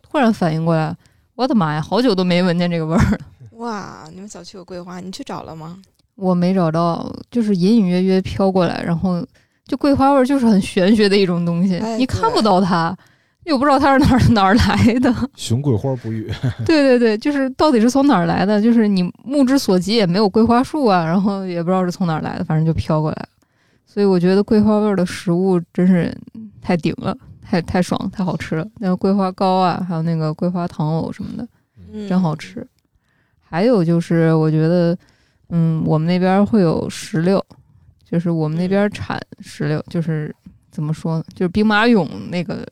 S3: 突然反应过来，我的妈呀，好久都没闻见这个味儿了。
S1: 嗯哇，你们小区有桂花，你去找了吗？
S3: 我没找到，就是隐隐约约飘过来，然后就桂花味儿就是很玄学的一种东西，
S1: 哎
S3: 你看不到它，又不知道它是哪儿哪儿来的。
S2: 雄桂花不育，
S3: 对对对，就是到底是从哪儿来的？就是你目之所及也没有桂花树啊，然后也不知道是从哪儿来的，反正就飘过来了。所以我觉得桂花味儿的食物真是太顶了，太太爽，太好吃了。那个桂花糕啊，还有那个桂花糖藕什么的，
S1: 嗯
S3: 真好吃。还有就是，我觉得，嗯，我们那边儿会有石榴，就是我们那边儿产石榴，就是怎么说呢，就是兵马俑那个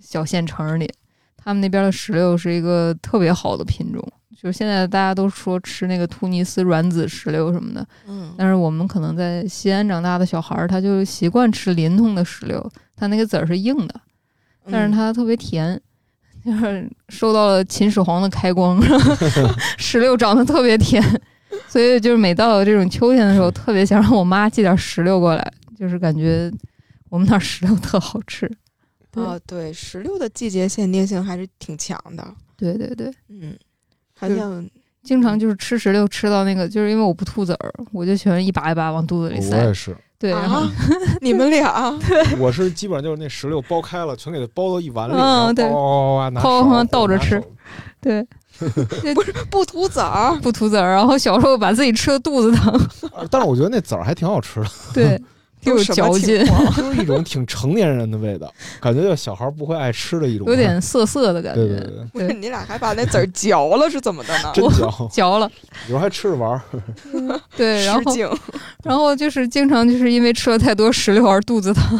S3: 小县城里，他们那边儿的石榴是一个特别好的品种。就是现在大家都说吃那个突尼斯软籽石榴什么的，
S1: 嗯，
S3: 但是我们可能在西安长大的小孩儿，他就习惯吃临潼的石榴，它那个籽儿是硬的，但是
S1: 它
S3: 它特别甜，就是受到了秦始皇的开光，石榴长得特别甜，所以就是每到这种秋天的时候，特别想让我妈寄点石榴过来，就是感觉我们那儿石榴特好吃。对
S1: 啊，对，石榴的季节限定性还是挺强的。
S3: 对对对，
S1: 嗯，还
S3: 就是
S1: 像
S3: 经常就是吃石榴吃到那个，就是因为我不吐籽儿，我就喜欢一把一把往肚子 里
S2: 我
S3: 塞
S2: 也。是，
S3: 对，然后、
S1: 啊， 你们 俩啊
S2: 我是基本上就是那石榴剥开了，全给它包到一碗里，
S3: 嗯
S2: 然后
S3: 对
S2: 哗哗哗拿
S3: 哗哗
S2: 手
S3: 哗倒着
S2: 拿手
S3: 对
S1: 不吐籽 儿，
S3: 不吐籽儿，然后小时候把自己吃的肚子疼，
S2: 啊但是我觉得那籽儿还挺好吃的，
S3: 对， 挺
S1: 都
S3: 有
S1: 什么
S3: 嚼
S1: 情
S3: 劲，
S1: 况
S2: 就是 一种挺成年人的味道，感觉就小孩不会爱吃的一种味，
S3: 有点涩涩的感
S2: 对
S3: 觉。
S2: 对对对，
S1: 不是你俩还把那籽儿嚼了是怎么的呢？
S2: 真香，
S3: 嚼了，
S2: 有时候还吃着玩儿，
S3: 对，然
S1: 失
S3: 后
S1: 敬，
S3: 然后就是经常就是因为吃了太多石榴而肚子疼，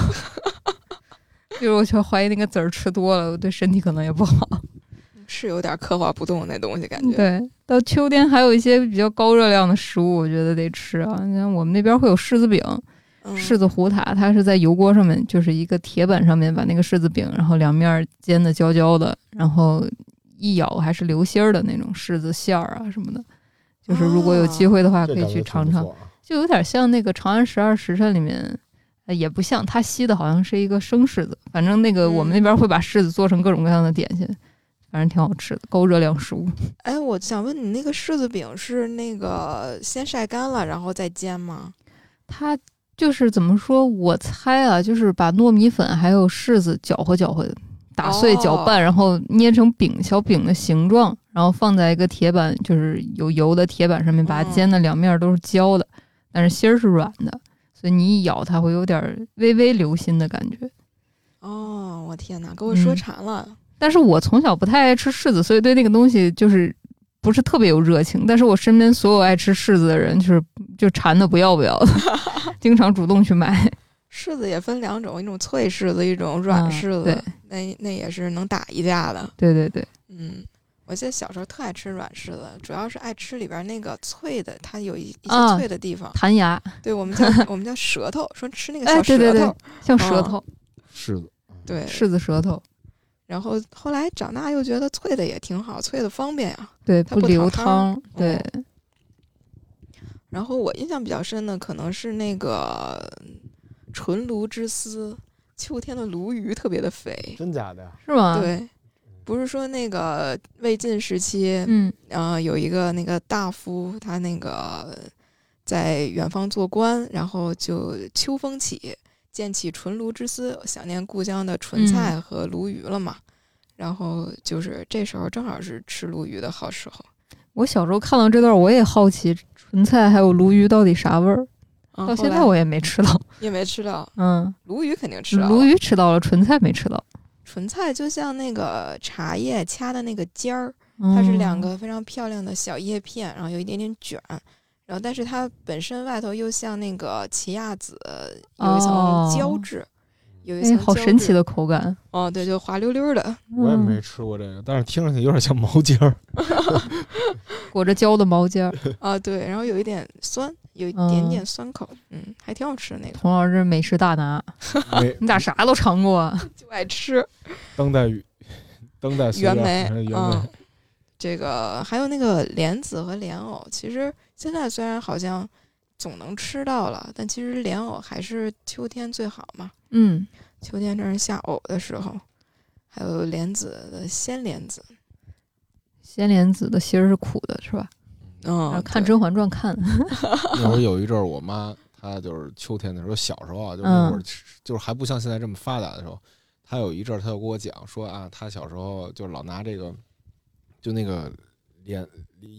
S3: 就是我全怀疑那个籽儿吃多了对身体可能也不好。
S1: 是有点刻画不动那东西，感觉。
S3: 嗯对，到秋天还有一些比较高热量的食物，我觉得得吃啊。你看我们那边会有柿子饼、
S1: 嗯
S3: 柿子糊塔，它是在油锅上面，就是一个铁板上面把那个柿子饼，然后两面儿煎的焦焦的，然后一咬还是流心儿的那种柿子馅儿啊什么的。就是如果有机会的话，
S2: 这
S3: 可
S2: 感
S3: 以
S2: 觉
S3: 去
S2: 挺
S3: 尝
S2: 不
S3: 尝
S2: 错。啊。
S3: 就有点像那个《长安十二时辰》里面，呃也不像，它吸的好像是一个生柿子，反正那个
S1: 嗯
S3: 我们那边会把柿子做成各种各样的点心，反正挺好吃的，高热量食物。
S1: 哎，我想问你，那个柿子饼是那个先晒干了然后再煎吗？
S3: 它就是怎么说，我猜啊，就是把糯米粉还有柿子搅和搅和，打碎
S1: 哦
S3: 搅拌，然后捏成饼小饼的形状，然后放在一个铁板，就是有油的铁板上面，把它
S1: 嗯
S3: 煎的两面都是焦的，但是芯儿是软的，所以你一咬它会有点儿微微流心的感觉。
S1: 哦，我天哪，给我说
S3: 嗯
S1: 馋了。
S3: 但是我从小不太爱吃柿子，所以对那个东西就是不是特别有热情。但是我身边所有爱吃柿子的人，就是就馋的不要不要 的，经常主动去买。
S1: 柿子也分两种，一种脆柿子，一种软
S3: 嗯
S1: 柿子。
S3: 对
S1: 那那也是能打一架的。
S3: 对对对，
S1: 嗯，我记得小时候特爱吃软柿子，主要是爱吃里边儿那个脆的，它有一一些
S3: 啊
S1: 脆的地方。
S3: 弹牙
S1: 对我们 叫我们叫舌头，说吃那个
S3: 哎
S1: 小舌头。
S3: 对对像舌头、
S2: 柿子，
S1: 哦对
S3: 柿子舌头，
S1: 然后后来长大又觉得脆的也挺好，脆的方便呀、啊
S3: 对
S1: 它不哦
S3: 流
S1: 淌
S3: 汤，对、
S1: 然后我印象比较深的可能是那个纯鲈之丝，秋天的鲈鱼特别的肥。
S2: 真假的呀？
S3: 是吗？，
S1: 对，不是说那个魏晋时期，
S3: 嗯
S1: 呃，有一个那个大夫，他那个在远方做官，然后就秋风起，见起纯鲈之思，想念故乡的
S3: 嗯
S1: 纯菜和鲈鱼了嘛。然后就是这时候正好是吃鲈鱼的好时候。
S3: 我小时候看到这段，我也好奇纯菜还有鲈鱼到底啥味儿，
S1: 嗯
S3: 到
S1: 后
S3: 哦现在
S1: 来
S3: 我也没 吃到。
S1: 也没吃到
S3: 嗯，
S1: 鲈鱼，肯定吃到了
S3: 鲈鱼吃到了，纯菜没吃到。
S1: 纯菜就像那个茶叶掐的那个尖儿，
S3: 嗯、
S1: 它是两个非常漂亮的小叶片，然后有一点点卷，然后但是它本身外头又像那个奇亚籽有一层
S3: 哦
S1: 胶质，有一
S3: 哎，
S1: 层
S3: 好
S1: 胶
S3: 神奇
S1: 质
S3: 的口感。
S1: 哦，对，就滑溜溜的，
S2: 我也
S3: 嗯
S2: 没吃过这个，但是听上去有点像毛尖儿，
S3: 裹着胶的毛尖儿。
S1: 啊，对，然后有一点酸，有一点点酸口，嗯还挺好吃的那个，
S3: 童老师美食大拿，
S2: 没
S3: 你咋啥都尝过啊？
S1: 就爱吃
S2: 当代语当代塑料
S1: 袁枚
S2: 原，
S1: 嗯
S2: 梅，
S1: 这个还有那个莲子和莲藕，其实现在虽然好像总能吃到了，但其实莲藕还是秋天最好嘛，
S3: 嗯，
S1: 秋天正是下藕的时候，还有莲子的鲜莲子，
S3: 鲜莲子的芯儿是苦的，是吧？
S1: 嗯
S3: 啊看《甄嬛传》看，
S2: 那
S3: 嗯
S2: 会儿有一阵儿，我
S3: 嗯
S2: 妈她就是秋天的时候，小时候啊，就是那会儿吃、就是还不像现在这么发达的时候，他有一阵儿他就跟我讲说啊，他小时候就老拿这个，就那个莲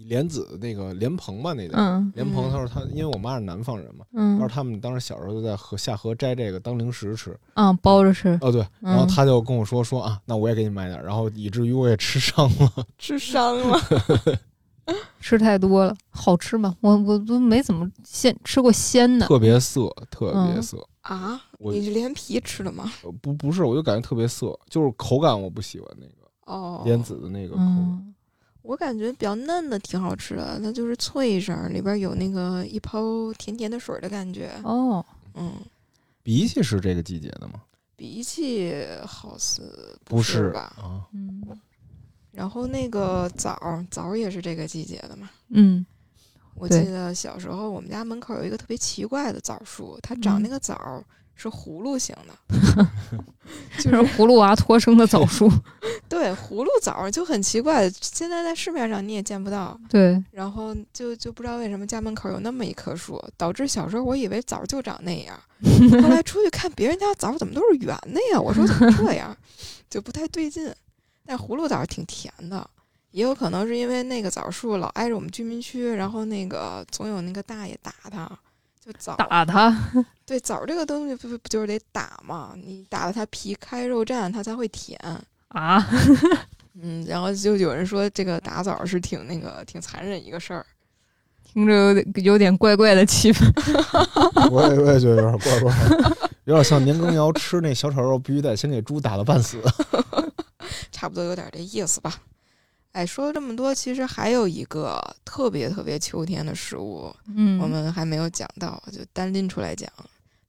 S2: 莲子那个莲蓬吧，那叫、
S3: 嗯
S2: 莲蓬。
S1: 嗯
S2: 他说他因为我妈是南方人嘛，他说
S3: 嗯
S2: 他们当时小时候就在河下河摘这个当零食吃。
S3: 嗯，包着吃，
S2: 哦对，然后
S3: 嗯
S2: 他就跟我说说啊，那我也给你买点儿，然后以至于我也吃伤了。
S1: 吃伤了。
S3: 吃太多了，好吃吗？我我都没怎么鲜吃过鲜的，
S2: 特别涩，特别
S3: 嗯
S2: 涩。
S1: 啊，
S2: 我
S1: 你是连皮吃了吗？
S2: 呃不不是，我就感觉特别涩，就是口感我不喜欢那个
S1: 哦，
S2: 莲子的那个口感。
S3: 嗯
S1: 我感觉比较嫩的挺好吃的，它就是脆一声儿，里边有那个一泡甜甜的水儿的感觉。
S3: 哦，
S1: 嗯，
S2: 鼻涕是这个季节的 吗？
S1: 鼻涕好似
S2: 是
S1: 是吧？
S2: 啊，
S3: 嗯
S1: 然后那个枣儿，枣儿也是这个季节的嘛。
S3: 嗯
S1: 我记
S3: 对
S1: 得小时候我们家门口有一个特别奇怪的枣树，它长那
S3: 嗯
S1: 个枣儿是葫芦形的，
S3: 这是葫芦娃托生的枣树，
S1: 对，葫芦枣儿就很奇怪，现在在市面上你也见不到。
S3: 对，
S1: 然后就就不知道为什么家门口有那么一棵树，导致小时候我以为枣就长那样，后来出去看别人家枣怎么都是圆的呀，我说怎么这样， 就不太对劲。但葫芦枣挺甜的，也有可能是因为那个枣树老挨着我们居民区，然后那个总有那个大爷打它，就枣
S3: 打它，
S1: 对枣这个东西不不不就是得打嘛，你打了它皮开肉绽，它才会甜。
S3: 啊，
S1: 嗯，然后就有人说这个打枣是挺那个挺残忍一个事儿。
S3: 听着有点有点怪怪的气氛。
S2: 我也我也觉得有点怪怪， 有点像年羹尧吃那小炒肉必须得先给猪打到半死。
S1: 差不多有点这意思吧。哎，说了这么多，其实还有一个特别特别秋天的食物，
S3: 嗯，
S1: 我们还没有讲到，就单拎出来讲，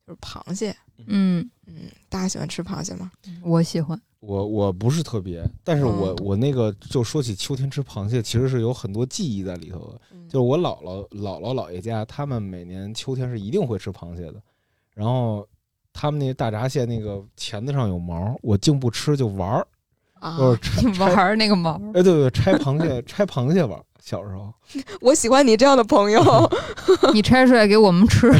S1: 就是螃蟹。
S3: 嗯，
S1: 嗯，大家喜欢吃螃蟹吗？
S3: 我喜欢，
S2: 我我不是特别，但是我、
S1: 嗯
S2: 我那个就说起秋天吃螃蟹，其实是有很多记忆在里头的。
S1: 嗯
S2: 就是我姥姥姥姥姥爷家，他们每年秋天是一定会吃螃蟹的，然后他们那大闸蟹那个钳子上有毛，我竟不吃就玩儿，
S1: 啊，
S2: 就是拆
S3: 你 玩儿那个毛，
S2: 哎，对对，拆螃蟹，拆螃蟹玩儿。小时 候，
S1: 我喜欢你这样的朋 友。
S3: 你拆出来给我们吃，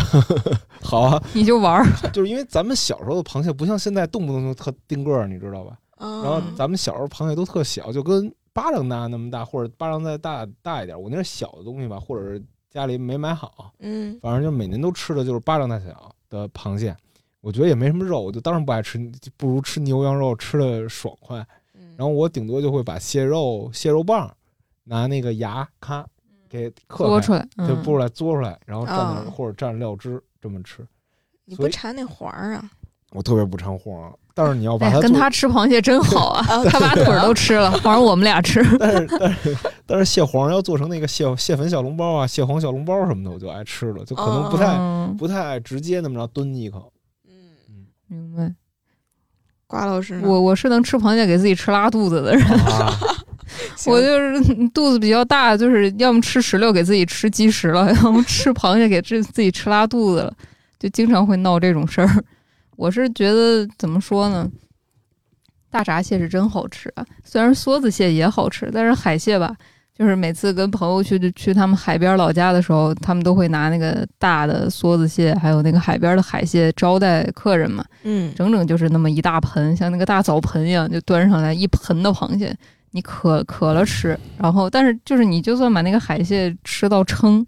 S2: 好啊，
S3: 你就玩儿。
S2: 就是因为咱们小时候的螃蟹不像现在动不动就特丁个儿，你知道吧？
S1: 然
S2: 然后咱们小时候螃蟹都特小，就跟巴掌大那么大，或者巴掌再大大一点。我那是小的东西吧，或者是家里没买好，
S1: 嗯，
S2: 反正就每年都吃的就是巴掌大小的螃蟹。我觉得也没什么肉，我就当然不爱吃，就不如吃牛羊肉吃的爽快。
S1: 然
S2: 然后我顶多就会把蟹肉蟹肉棒儿拿那个牙咔给刻
S3: 多
S2: 开
S3: 出，来，
S2: 就
S3: 嗯，
S2: 剥出来嘬出来，然后蘸点儿
S1: 啊
S2: 或者蘸料汁这么吃。
S1: 你
S2: 所
S1: 不
S2: 以
S1: 馋那黄儿啊？！
S2: 我特别不馋黄，但是你要把
S3: 哎
S2: 它
S3: 呀，跟
S2: 做
S3: 他吃螃蟹真好啊
S1: 啊，
S3: 他把腿儿都吃了，反正我们俩吃。
S2: 但是但是但是蟹黄要做成那个蟹蟹粉小笼包啊、蟹黄小笼包什么的，我就爱吃了，就可能不太、
S3: 嗯，
S2: 不太爱直接那么着蹲一 口。
S1: 嗯，
S3: 明白。
S1: 瓜老师呢，
S3: 我我是能吃螃蟹给自己吃拉肚子的人，
S2: 啊，
S1: 行
S3: 我就是肚子比较大，就是要么吃石榴给自己吃积食了， 要么吃螃蟹给自自己吃拉肚子了，就经常会闹这种事儿。 我是觉得怎么说呢？大闸蟹是真好吃啊，虽然梭子蟹也好吃，但是海蟹吧，就是每次跟朋友去去他们海边老家的时候，他们都会拿那个大的梭子蟹，还有那个海边的海蟹招待客人嘛。
S1: 嗯，
S3: 整整就是那么一大盆，像那个大澡盆一样，就端上来一盆的螃蟹，你渴渴了吃。然后，但是就是你就算把那个海蟹吃到撑，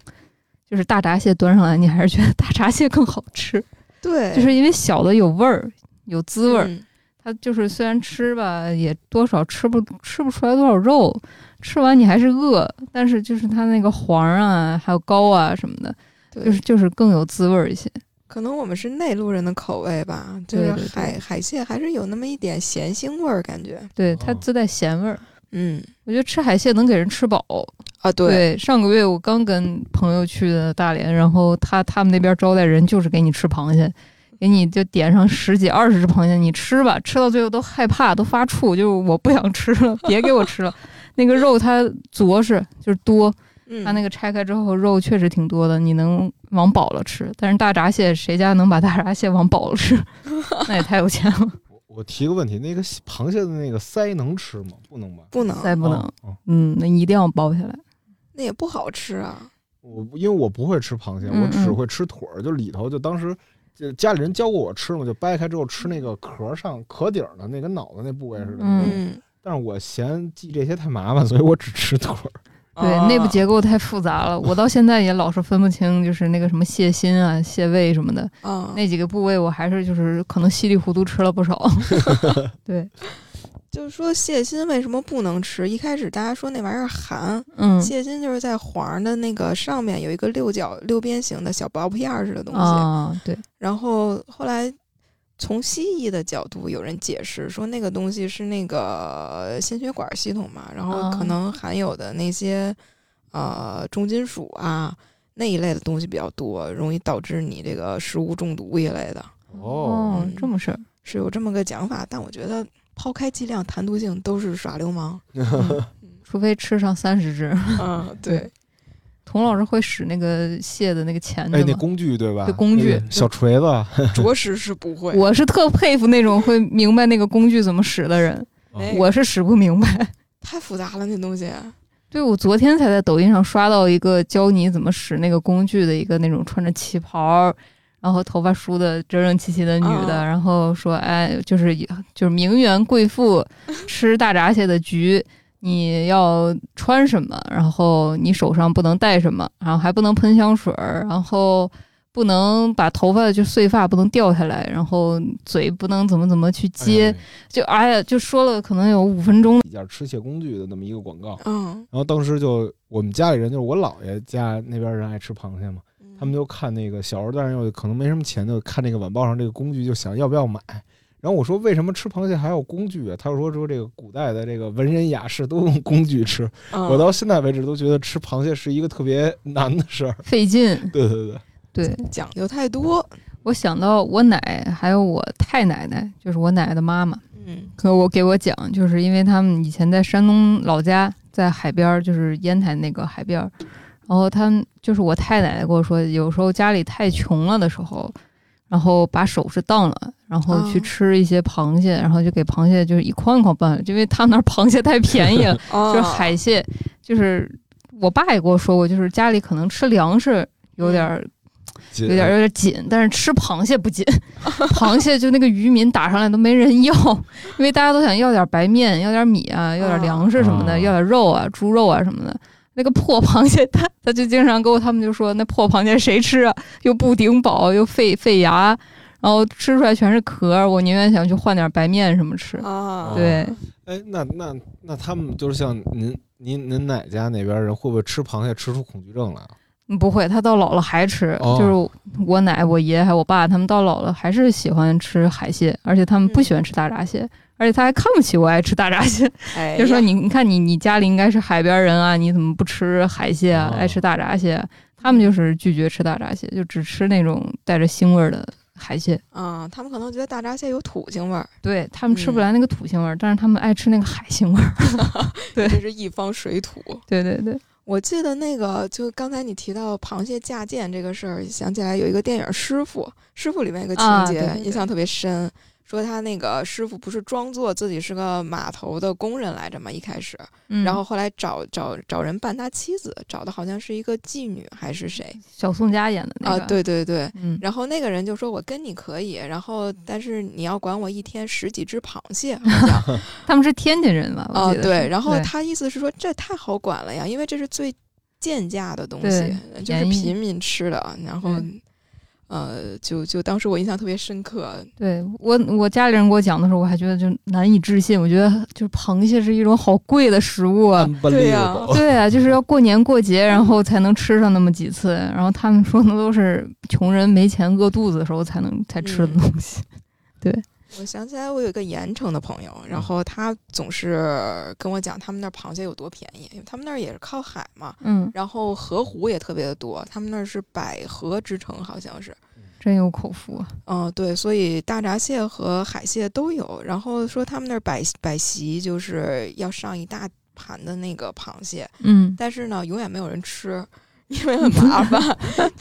S3: 就是大闸蟹端上来，你还是觉得大闸蟹更好吃，
S1: 对，
S3: 就是因为小的有味儿，有滋味儿。
S1: 嗯
S3: 它就是虽然吃吧，也多少吃不吃不出来多少肉，吃完你还是饿，但是就是它那个黄儿啊，还有膏啊什么的，
S1: 对，
S3: 就是就是更有滋味儿一些。
S1: 可能我们是内陆人的口味吧，就
S3: 对
S1: 是
S3: 对对
S1: 海海蟹还是有那么一点咸腥味儿感觉。
S3: 对，它
S2: 哦
S3: 自带咸味儿。
S1: 嗯，
S3: 我觉得吃海蟹能给人吃饱，
S1: 啊，对，
S3: 对，上个月我刚跟朋友去的大连，然后他他们那边招待人就是给你吃螃蟹，给你就点上十几二十只螃蟹，你吃吧，吃到最后都害怕，都发怵，就是我不想吃了， 别给我吃了。那个肉它着实就是多，
S1: 嗯，
S3: 它那个拆开之后肉确实挺多的，你能往饱了吃。但是大闸蟹谁家能把大闸蟹往饱了 吃？那也太有钱了，
S2: 我我提个问题，那个螃蟹的那个腮能吃吗？不能吧？
S1: 不能，
S3: 再不能
S2: 哦，哦
S3: 嗯，那一定要剥下来。
S1: 那也不好吃啊。
S2: 我因为我不会吃螃蟹，
S3: 嗯
S2: 我只
S3: 嗯
S2: 会吃腿儿，就里头就当时就家里人教过我吃嘛，就掰开之后吃那个壳上壳顶儿的那跟脑子那部位似的。
S3: 嗯
S1: 嗯，
S2: 但是我嫌记这些太麻烦，所以我只吃腿儿。
S3: 对，
S1: 啊
S3: 内部结构太复杂了，我到现在也老是分不清，就是那个什么蟹心啊、蟹胃什么的
S1: 啊，
S3: 那几个部位，我还是就是可能稀里糊涂吃了 不少。对，
S1: 就是说蟹心为什么不能吃？一开始大家说那玩意儿寒，
S3: 嗯
S1: 蟹心就是在黄的那个上面有一个六角六边形的小薄片儿似的东西，
S3: 啊，对，
S1: 然后后来从西医的角度，有人解释说那个东西是那个心血管系统嘛，然后可
S3: 啊
S1: 能含有的那些、呃重金属啊那一类的东西比较多，容易导致你这个食物中毒一类的，
S2: 哦
S3: 这么事儿，
S1: 是有这么个讲法。但我觉得抛开剂量、谈毒性都是耍流 氓。
S3: 除非吃上三十只。
S1: 啊， 对，
S3: 童老师会使那个蟹的那个钳
S2: 哎，
S3: 子
S2: 那
S3: 吗？
S2: 工具对吧？
S3: 对工具
S2: 那个小锤子，
S1: 着实是不会。
S3: 我是特佩服那种会明白那个工具怎么使的人，
S1: 哎
S3: 我是使不明白。
S1: 太复杂了，那东西。
S3: 对，我昨天才在抖音上刷到一个教你怎么使那个工具的一个那种穿着旗袍，然后头发梳的整整齐齐的女的，
S1: 啊
S3: 然后说，哎，就是就是名媛贵妇吃大闸蟹的局，你要穿什么？然后你手上不能带什么，然后还不能喷香水儿，然后。不能把头发就碎发不能掉下来，然后嘴不能怎么怎么去接，就哎呀，就说了可能有五分钟。
S2: 一件吃蟹工具的那么一个广告。
S1: 嗯，
S2: 然后当时就我们家里人，就是我姥爷家那边人爱吃螃蟹嘛，他
S3: 嗯
S2: 们就看那个小时候，但是又可能没什么钱，就看那个晚报上这个工具，就想要不要买。然后我说为什么吃螃蟹还要工具啊？他说说这个古代的这个文人雅士都用工具吃，
S1: 嗯
S2: 我到现在为止都觉得吃螃蟹是一个特别难的事儿。
S3: 费劲，
S2: 对对对，
S3: 对，
S1: 嗯讲究太多。
S3: 我想到我奶还有我太奶奶，就是我奶奶的妈妈，
S1: 嗯
S3: 可我给我讲，就是因为他们以前在山东老家，在海边儿，就是烟台那个海边儿，然后他们就是我太奶奶跟我说，有时候家里太穷了的时候，然后把首饰当了，然后去
S1: 哦
S3: 吃一些螃蟹，然后就给螃蟹就是一筐一筐搬，因为他们那儿螃蟹太便宜了，
S1: 啊，
S3: 就是海蟹，就是我爸也跟我说过，就是家里可能吃粮食有点儿
S2: 有
S3: 有点有点紧，但是吃螃蟹不紧，螃蟹就那个渔民打上来都没人要，因为大家都想要点白面，要点米啊，要点粮食什么的，
S2: 啊
S3: 要点肉啊，猪肉啊什么的。那个破螃蟹，他他就经常跟我他们就说，那破螃蟹谁吃啊？又不顶饱，又费费牙，然后吃出来全是壳儿。我宁愿想去换点白面什么吃。
S1: 啊，
S3: 对，
S2: 哎，那那那他们就是像您您您奶家那边人，会不会吃螃蟹吃出恐惧症来啊？
S3: 不会，他到老了还吃，
S2: 哦
S3: 就是我奶、我爷还有我爸，他们到老了还是喜欢吃海蟹，而且他们不喜欢吃大闸蟹，而且他还看不起我爱吃大闸蟹，
S1: 哎呀，
S3: 就说你你看你你家里应该是海边人啊，你怎么不吃海蟹啊，
S2: 哦
S3: 爱吃大闸蟹？他们就是拒绝吃大闸蟹，就只吃那种带着腥味儿的海蟹。
S1: 啊，他们可能觉得大闸蟹有土腥味儿，
S3: 对他们吃不来那个土腥味儿，
S2: 嗯
S3: 但是他们爱吃那个海 腥味儿。对
S1: 这是一方水土。
S3: 对对对，
S1: 我记得那个，就刚才你提到螃蟹架件这个事儿，想起来有一个电影《师傅》，《师傅》里面有个情
S3: 啊
S1: 节、
S3: 对对对
S1: 印象特别深，说他那个师傅不是装作自己是个码头的工人来着嘛，一开始，
S3: 嗯、
S1: 然后后来找找找人扮他妻子，找的好像是一个妓女还是谁、
S3: 小宋佳演的那个，
S1: 啊？，对对对，
S3: 嗯，
S1: 然后那个人就说：“我跟你可以，然后但是你要管我一天十几只螃蟹。”好像
S3: 他们是天津人吧？ 我
S1: 哦，
S3: 记得是
S1: 对。然后
S3: 对
S1: 他意思是说，这太好管了呀，因为这是最贱价的东
S3: 对
S1: 西，就是
S3: 便宜
S1: 平民吃的。然后
S3: 对，
S1: 呃，就就当时我印象特别深刻。
S3: 对我，我家里人给我讲的时候，我还觉得就难以置信。我觉得就是螃蟹是一种好贵的食物 啊，
S1: 对 呀
S2: Unbelievable
S3: 对啊，就是要过年过节，然后才能吃上那么几次。然后他们说那都是穷人没钱饿肚子的时候才能才吃的
S1: 嗯
S3: 东 西。
S1: 我想起来，我有一个盐城的朋友，
S3: 嗯
S1: 然后他总是跟我讲他们那儿螃蟹有多便宜，因为他们那儿也是靠海嘛。
S3: 嗯，
S1: 然后河湖也特别的多，他们那儿是百河之城，好像是。
S3: 真有口福啊。
S1: 嗯，对，所以大闸蟹和海蟹都有。然后说他们那儿摆摆席就是要上一大盘的那个螃蟹，
S3: 嗯，
S1: 但是呢，永远没有人吃。因为很麻烦，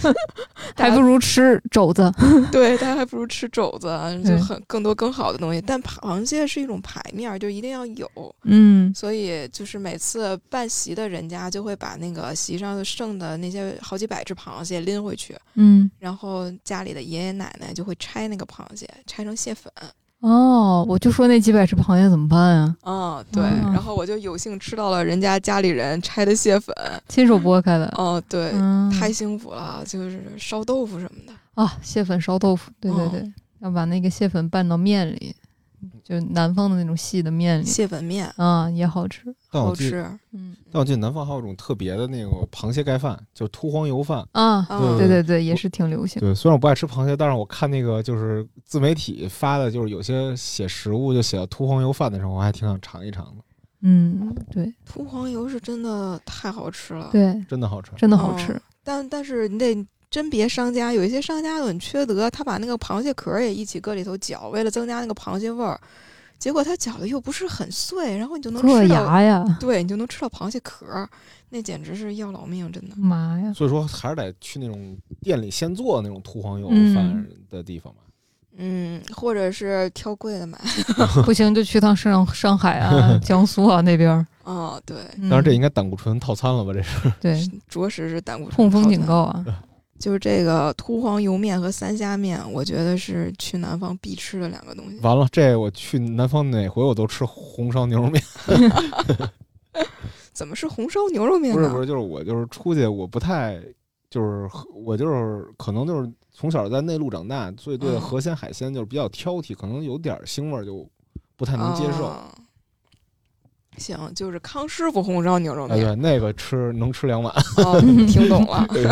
S3: 还不如吃肘子。
S1: 对，大家还不如吃肘子，啊就
S3: 对
S1: 很更多更好的东西。但螃蟹是一种牌面儿，就一定要有，
S3: 嗯
S1: 所以就是每次办席的人家就会把那个席上剩的那些好几百只螃蟹拎回去，
S3: 嗯，
S1: 然后家里的爷爷奶奶就会拆那个螃蟹，拆成蟹粉。
S3: 哦，我就说那几百只螃蟹怎么办啊？
S1: 嗯，对。
S3: 哦
S1: 然后我就有幸吃到了人家家里人拆的蟹粉。
S3: 亲手剥开的。
S1: 哦，对，
S3: 嗯，
S1: 太幸福了，就是烧豆腐什么的。
S3: 啊，蟹粉烧豆腐，对对
S1: 哦
S3: 对，要把那个蟹粉拌到面里，就南方的那种细的面里
S1: 蟹粉面
S3: 啊，也好吃。
S2: 但
S1: 好
S2: 我记
S1: 吃
S3: 嗯
S2: 但我记得南方还有一种特别的那个螃蟹盖饭，就是秃黄油饭。
S3: 啊，
S1: 啊！
S2: 对
S3: 对对对，也是挺流行。
S2: 对，虽然我不爱吃螃蟹，但是我看那个就是自媒体发的，就是有些写食物就写到秃黄油饭的时候，我还挺想尝一尝的，
S3: 嗯，对
S1: 涂黄油是真的太好吃了。
S3: 对，
S2: 真的好吃。
S3: 真的
S1: 嗯
S3: 好吃。
S1: 但但是你得甄别商家，有一些商家很缺德，他把那个螃蟹壳儿也一起搁里头搅，为了增加那个螃蟹味儿，结果他搅的又不是很碎，然后你就能
S3: 硌
S1: 吃到，
S3: 牙呀，
S1: 对你就能吃到螃蟹壳儿，那简直是要老命，真的。
S3: 妈 呀！
S2: 所以说还是得去那种店里现做的那种秃黄油饭
S3: 嗯
S2: 的地方嘛。
S1: 嗯，或者是挑贵的买。
S3: 不行就去趟上上海 啊、江苏啊那边儿。
S1: 哦，对，
S3: 嗯、
S2: 当然这应该胆固醇套餐了吧？这是
S3: 对
S1: 着实是胆固醇
S3: 痛风
S1: 高
S3: 警
S1: 的。
S3: 告啊，
S1: 就是这个秃黄油面和三虾面，我觉得是去南方必吃的两个东西。
S2: 完了，这我去南方哪回我都吃红烧牛肉面，
S1: 怎么是红烧牛肉面
S2: 不是
S1: 呢？
S2: 不是，就是我就是出去我不太就是喝我就是可能就是从小在内陆长大，所以对
S1: 嗯
S2: 河鲜海鲜就是比较挑剔，可能有点儿腥味儿就不太能接受。
S1: 哦行，就是康师傅红烧牛肉
S2: 哎，
S1: 面，
S2: 对，那个吃能吃两碗，
S1: 哦，听懂了。
S2: 对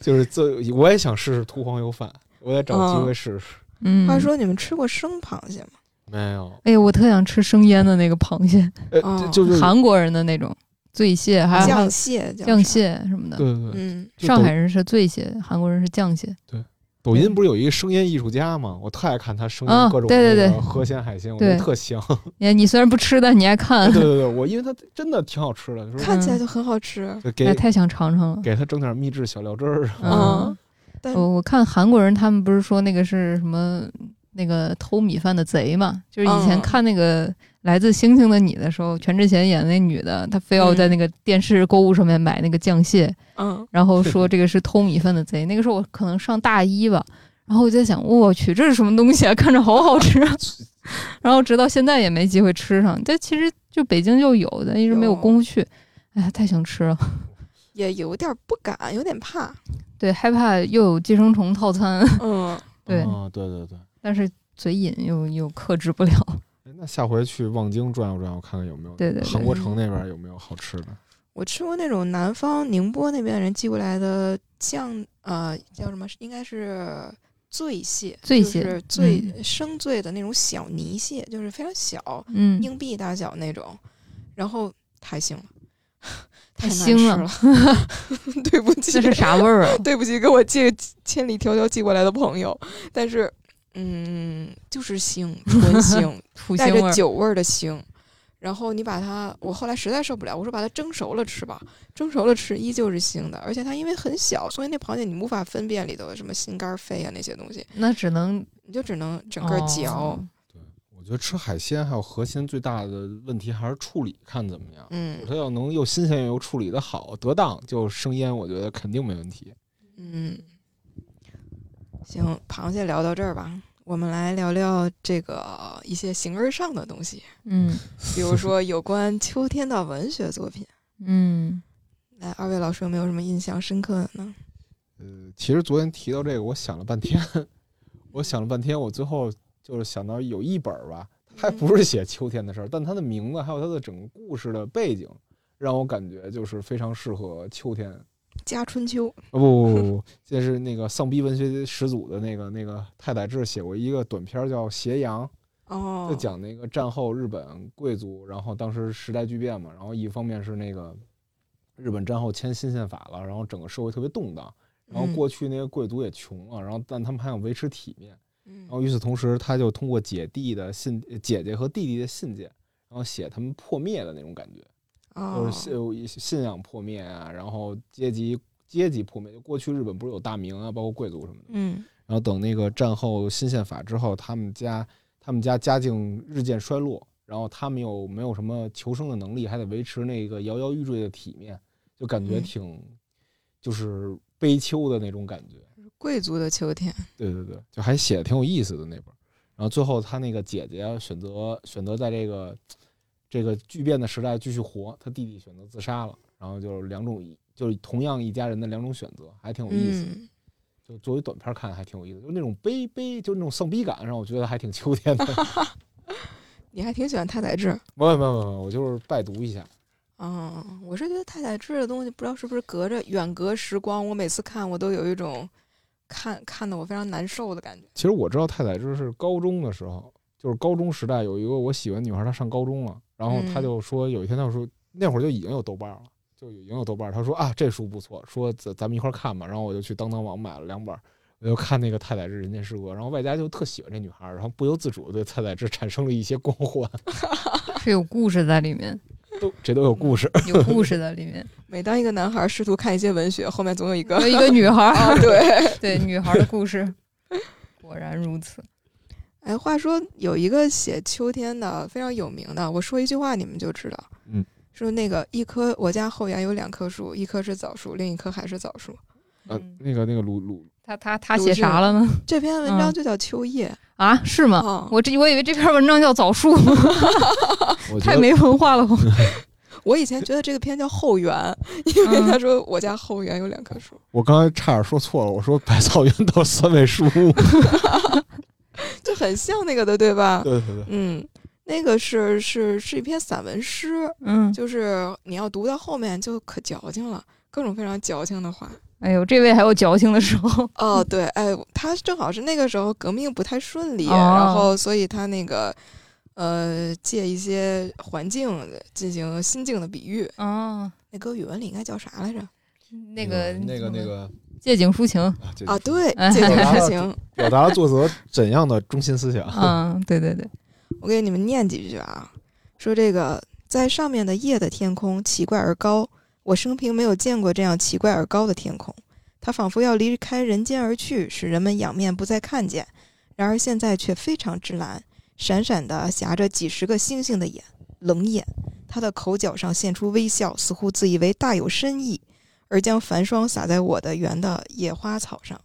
S2: 就是这我也想试试秃黄油饭，我得找机
S1: 嗯
S2: 会试试。
S3: 嗯，
S1: 话说你们吃过生螃蟹吗？
S2: 没有，
S3: 哎呀，我特想吃生腌的那个螃蟹，
S2: 呃，
S1: 哦
S2: 就就是
S3: 韩国人的那种醉蟹，还有还有
S1: 酱蟹，
S3: 啊酱，蟹什么的。
S2: 对对对，
S1: 嗯，
S2: 就
S3: 上
S2: 抖
S3: 海人是醉蟹，韩国人是酱蟹。
S2: 抖音不是有一个生腌艺术家吗？我特爱看他生腌
S3: 啊
S2: 各种
S3: 对对
S2: 那个
S3: 对
S2: 河鲜海鲜，我觉得
S3: 对
S2: 特 香。
S3: 哎，你虽然不吃，但你爱看
S2: 对， 对对，我因为他真的挺好吃的，就是
S1: 看起
S3: 嗯
S1: 来就很好吃。
S2: 就
S3: 哎，
S2: 给
S3: 太想尝尝了。
S2: 给他整点秘制小料汁儿。
S1: 嗯
S3: 嗯，
S1: 但
S3: 我我看韩国人他们不是说那个是什么那个偷米饭的贼嘛？就是以前
S1: 嗯
S3: 看那个《来自星星的你》的时候，全智贤演那女的，她非要
S1: 嗯
S3: 在那个电视购物上面买那个酱蟹，
S1: 嗯，
S3: 然后 说这个是偷米饭的贼。那个时候我可能上大一吧，然后我就在想，我去，这是什么东西啊？看着好 好吃啊！然后直到现在也没机会吃上，但其实就北京就有，但一直没有
S1: 有
S3: 功夫去。哎呀，太想吃了，
S1: 也有点不敢，有点怕。
S3: 对，害怕又有寄生虫套餐，
S1: 嗯，
S3: 对，
S2: 嗯，对对对。
S3: 但是嘴瘾又又克制不了。
S2: 哎那下回去望京转悠转悠，看看有没有
S3: 对对对
S2: 韩国城那边有没有好吃的。
S1: 我吃过那种南方宁波那边人寄过来的酱，呃，叫什么？应该是醉蟹，
S3: 醉蟹
S1: 就是醉生醉的那种小泥蟹，就是非常小，
S3: 嗯，
S1: 硬币大小那种，然后太腥了，
S3: 太
S1: 难
S3: 腥了
S1: 吃了， 对不起，
S3: 这是啥味儿啊？
S1: 对不起，给我借千里迢迢寄过来的朋友，但是，嗯，就是腥，纯腥，
S3: 土
S1: 带
S3: 腥味
S1: 着
S3: 儿。
S1: 酒味儿的腥。然后你把它，我后来实在受不了，我说把它蒸熟了吃吧，蒸熟了吃依旧是腥的，而且它因为很小，所以那螃蟹你无法分辨里头有什么心肝儿肺啊那些东西，
S3: 那只能
S1: 你就只能整个嚼。
S3: 哦
S2: 我觉得吃海鲜还有河鲜最大的问题还是处理，看怎么样。
S1: 嗯
S2: 它要能又新鲜又处理的好得当，就生腌，我觉得肯定没问题。
S1: 嗯，行，螃蟹聊到这儿吧，我们来聊聊这个一些形而上的东西，
S3: 嗯
S1: 比如说有关秋天的文学作品。
S3: 嗯
S1: 来，二位老师有没有什么印象深刻的呢？
S2: 呃，其实昨天提到这个，我想了半天， 我想了半天，我最后就是想到有一本儿吧，它不是写秋天的事儿，但它的名字还有它的整个故事的背景，让我感觉就是非常适合秋天。
S1: 家春秋，
S2: 哦啊不不不 不，这是那个丧逼文学始祖的那个那个太宰治写过一个短片儿叫《斜阳》，
S1: 哦
S2: 就，讲那个战后日本贵族，然后当时时代巨变嘛，然后一方面是那个日本战后签新宪法了，然后整个社会特别动荡，然后
S1: 嗯
S2: 过去那个贵族也穷了，然后但他们还想维持体面，
S1: 嗯
S2: 然后与此同时，他就通过姐弟的信、呃姐姐和弟弟的信件，然后写他们破灭的那种感觉，
S1: 哦
S2: 就是信信仰破灭啊，然后阶级阶级扑灭。就过去日本不是有大名啊，包括贵族什么的。
S1: 嗯
S2: 然后等那个战后新宪法之后，他们家他们家家境日渐衰落，然后他们又没有什么求生的能力，还得维持那个摇摇欲坠的体面，就感觉
S1: 嗯
S2: 挺、就是悲秋的那种感觉。
S1: 贵族的秋天，
S2: 对对对，就还写的挺有意思的那本儿。然后最后他那个姐姐选择选择在这个这个巨变的时代继续活，他弟弟选择自杀了。然后就是两种，就是同样一家人的两种选择，还挺有意思的。
S1: 嗯，
S2: 就作为短片看还挺有意思，就那种悲悲，就那种丧逼感，让我觉得还挺秋天的。
S1: 你还挺喜欢太宰治
S2: 没有没有没有，我就是拜读一下。
S1: 啊、我是觉得太宰治的东西，不知道是不是隔着远隔时光，我每次看我都有一种看看的我非常难受的感觉。
S2: 其实我知道太宰治是高中的时候，就是高中时代有一个我喜欢的女孩，她上高中了，然后她
S1: 嗯
S2: 就说有一天她就说那会儿就已经有豆瓣了，就已经有豆瓣，她说啊这书不错，说咱咱们一块儿看吧，然后我就去当当网买了两本。我就看那个太宰治《人间失格》，然后外加就特喜欢这女孩，然后不由自主地对太宰治产生了一些光 环，
S3: 是有故事在里面，
S2: 都这都有故事。
S3: 有故事在里 面。
S1: 每当一个男孩试图看一些文学，后面总有一个
S3: 和一个女孩儿，
S1: 啊，对。
S3: 对女孩儿的故事，果然如此。
S1: 哎，话说有一个写秋天的非常有名的，我说一句话你们就知道，
S2: 嗯，
S1: 说那个一棵我家后园有两棵树，一棵是枣树，另一棵还是枣树。
S2: 呃
S3: 嗯，
S2: 那个那个鲁鲁
S3: 他他他
S1: 读
S3: 写
S1: 是
S3: 啥了呢？
S1: 这篇文章
S3: 嗯
S1: 就叫《秋叶》
S3: 啊，是吗？
S1: 啊，
S3: 我这我以为这篇文章叫 枣树，
S2: 我觉
S3: 太
S2: 得
S3: 没文化了。我
S1: 我以前觉得这个篇叫后园，因为
S3: 嗯
S1: 他说我家后园有两棵树，
S2: 我刚才差点说错了，我说百草园都是三味书屋。
S1: 就很像那个的，对吧？
S2: 对对对，
S1: 嗯，那个是是是一篇散文诗，
S3: 嗯，
S1: 就是你要读到后面就可矫情了，各种非常矫情的话。
S3: 哎呦，这位还有矫情的时候，
S1: 哦，对，哎，他正好是那个时候革命不太顺利，
S3: 哦
S1: 然后所以他那个呃借一些环境进行心境的比喻。
S3: 啊，
S1: 那歌语文里应该叫啥来着？
S3: 那个
S2: 那个那个
S3: 借景抒情，
S2: 啊这就
S1: 啊，
S2: 是
S1: 对，
S3: 哎
S1: 借景
S2: 表达
S1: 抒
S2: 了
S1: 情。
S2: 表达了作者怎样的中心思想？
S3: 嗯，对对对，
S1: 我给你们念几句啊，说这个在上面的夜的天空奇怪而高，我生平没有见过这样奇怪而高的天空，它仿佛要离开人间而去，使人们仰面不再看见。然而现在却非常之蓝，闪闪的挟着几十个星星的眼，冷眼，它的口角上现出微笑，似乎自以为大有深意，而将繁霜洒在我的园的野花草上。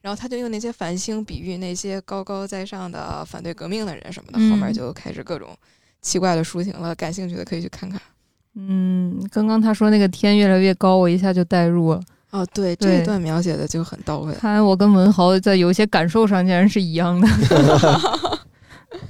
S1: 然后他就用那些繁星比喻那些高高在上的反对革命的人什么的，
S3: 嗯
S1: 后面就开始各种奇怪的抒情了。感兴趣的可以去看看。
S3: 嗯，刚刚他说那个天越来越高，我一下就代入了。
S1: 哦，对，
S3: 对
S1: 这一段描写的就很到位。
S3: 看来我跟文豪在有一些感受上竟然是一样的。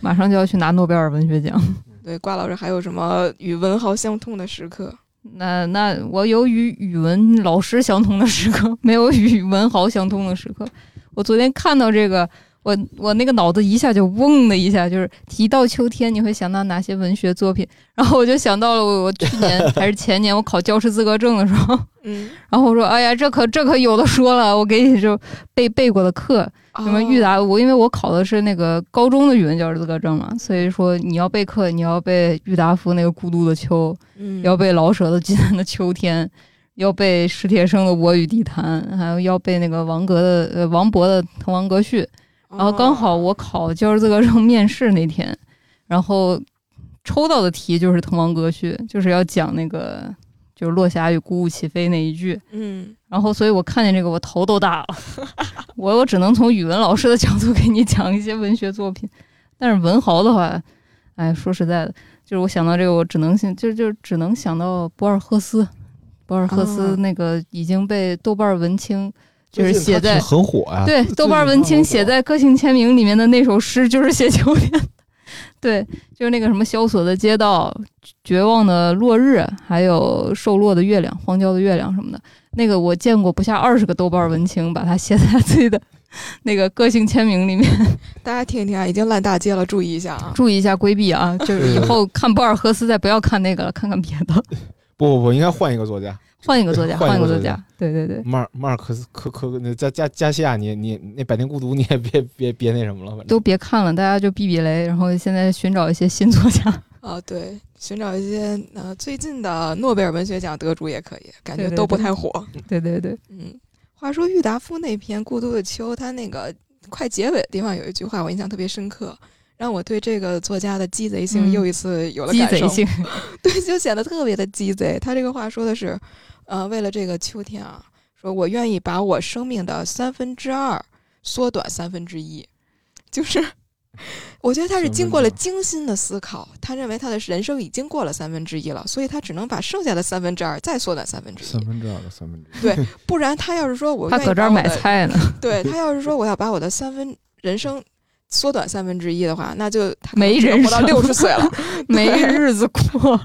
S3: 马上就要去拿诺贝尔文学奖，
S1: 对，瓜老师还有什么与文豪相通的时刻？
S3: 那那我有与语文老师相通的时刻，没有与文豪相通的时刻。我昨天看到这个，我我那个脑子一下就嗡的一下，就是提到秋天，你会想到哪些文学作品？然后我就想到了我我去年 还是前年我考教师资格证的时候，
S1: 嗯，
S3: 然后我说哎呀，这可这可有的说了，我给你就背背过的课，什
S1: 哦
S3: 么郁达夫，我因为我考的是那个高中的语文教师资格证嘛，所以说你要备课，你要背郁达夫那个《孤独的秋》，
S1: 嗯，
S3: 要背老舍的《济南的秋天》，要背史铁生的《我与地坛》，还有要背那个王格的呃王勃的《滕王阁序》。
S1: 哦，
S3: 然后刚好我考教师资格证面试那天，然后抽到的题就是《滕王阁序》，就是要讲那个就是落霞与孤鹜齐飞那一句。
S1: 嗯，
S3: 然后，所以我看见这个，我头都大了。 我我只能从语文老师的角度给你讲一些文学作品，但是文豪的话，哎，说实在的，就是我想到这个，我只能想，就就只能想到博尔赫斯。博尔赫斯
S1: 啊
S3: 那个已经被豆瓣文青，就是写 在
S2: 最近他挺很火呀。
S3: 对豆瓣文青写在个性签名里面的那首诗，就是写秋天。对，就是那个什么萧索的街道、绝望的落日，还有瘦落的月亮、荒郊的月亮什么的。那个我见过不下二十个豆瓣文青把它写在自己的那个个性签名里面。
S1: 大家听一听啊，已经烂大街了，注意一下啊。
S3: 注意一下规避啊，就是以后看博尔赫斯再不要看那个了，看看别的，
S2: 不不不，应该换一个作家，
S3: 换一个作家，
S2: 换一个
S3: 换一个作
S2: 作家
S3: 家。对对对，
S2: 马尔马尔克斯科科那加加加西亚，你你那《百年孤独》你也别别别那什么了，反正
S3: 都别看了，大家就避避雷，然后现在寻找一些新作家。
S1: 啊，对，寻找一些呃最近的诺贝尔文学奖得主也可以，感觉
S3: 对对
S1: 都不
S3: 对
S1: 太火。
S3: 对对对，
S1: 嗯，话说郁达夫那篇《孤独的秋》，他那个快结尾的地方有一句话我印象特别深刻，让我对这个作家的鸡贼性
S3: 嗯
S1: 又一次有了
S3: 鸡
S1: 感受。
S3: 贼性
S1: 对，就显得特别的鸡贼。他这个话说的是，呃，为了这个秋天啊，说我愿意把我生命的三分之二缩短三分之一，就是。我觉得他是经过了精心的思考，他认为他的人生已经过了三分之一了，所以他只能把剩下的三分之二再缩短三分之
S2: 三
S1: 一。
S2: 分之二到三分之一，
S1: 不然他要是说我
S3: 他
S1: 愿意
S3: 搁这
S1: 把
S3: 儿
S1: 我
S3: 买
S1: 的
S3: 菜呢，
S1: 对他要是说我要把我的三分人生缩短三分之一的话，那就他可能
S3: 没
S1: 只能
S3: 人
S1: 活到
S3: 生
S1: 六十岁了。
S3: 没日子过了。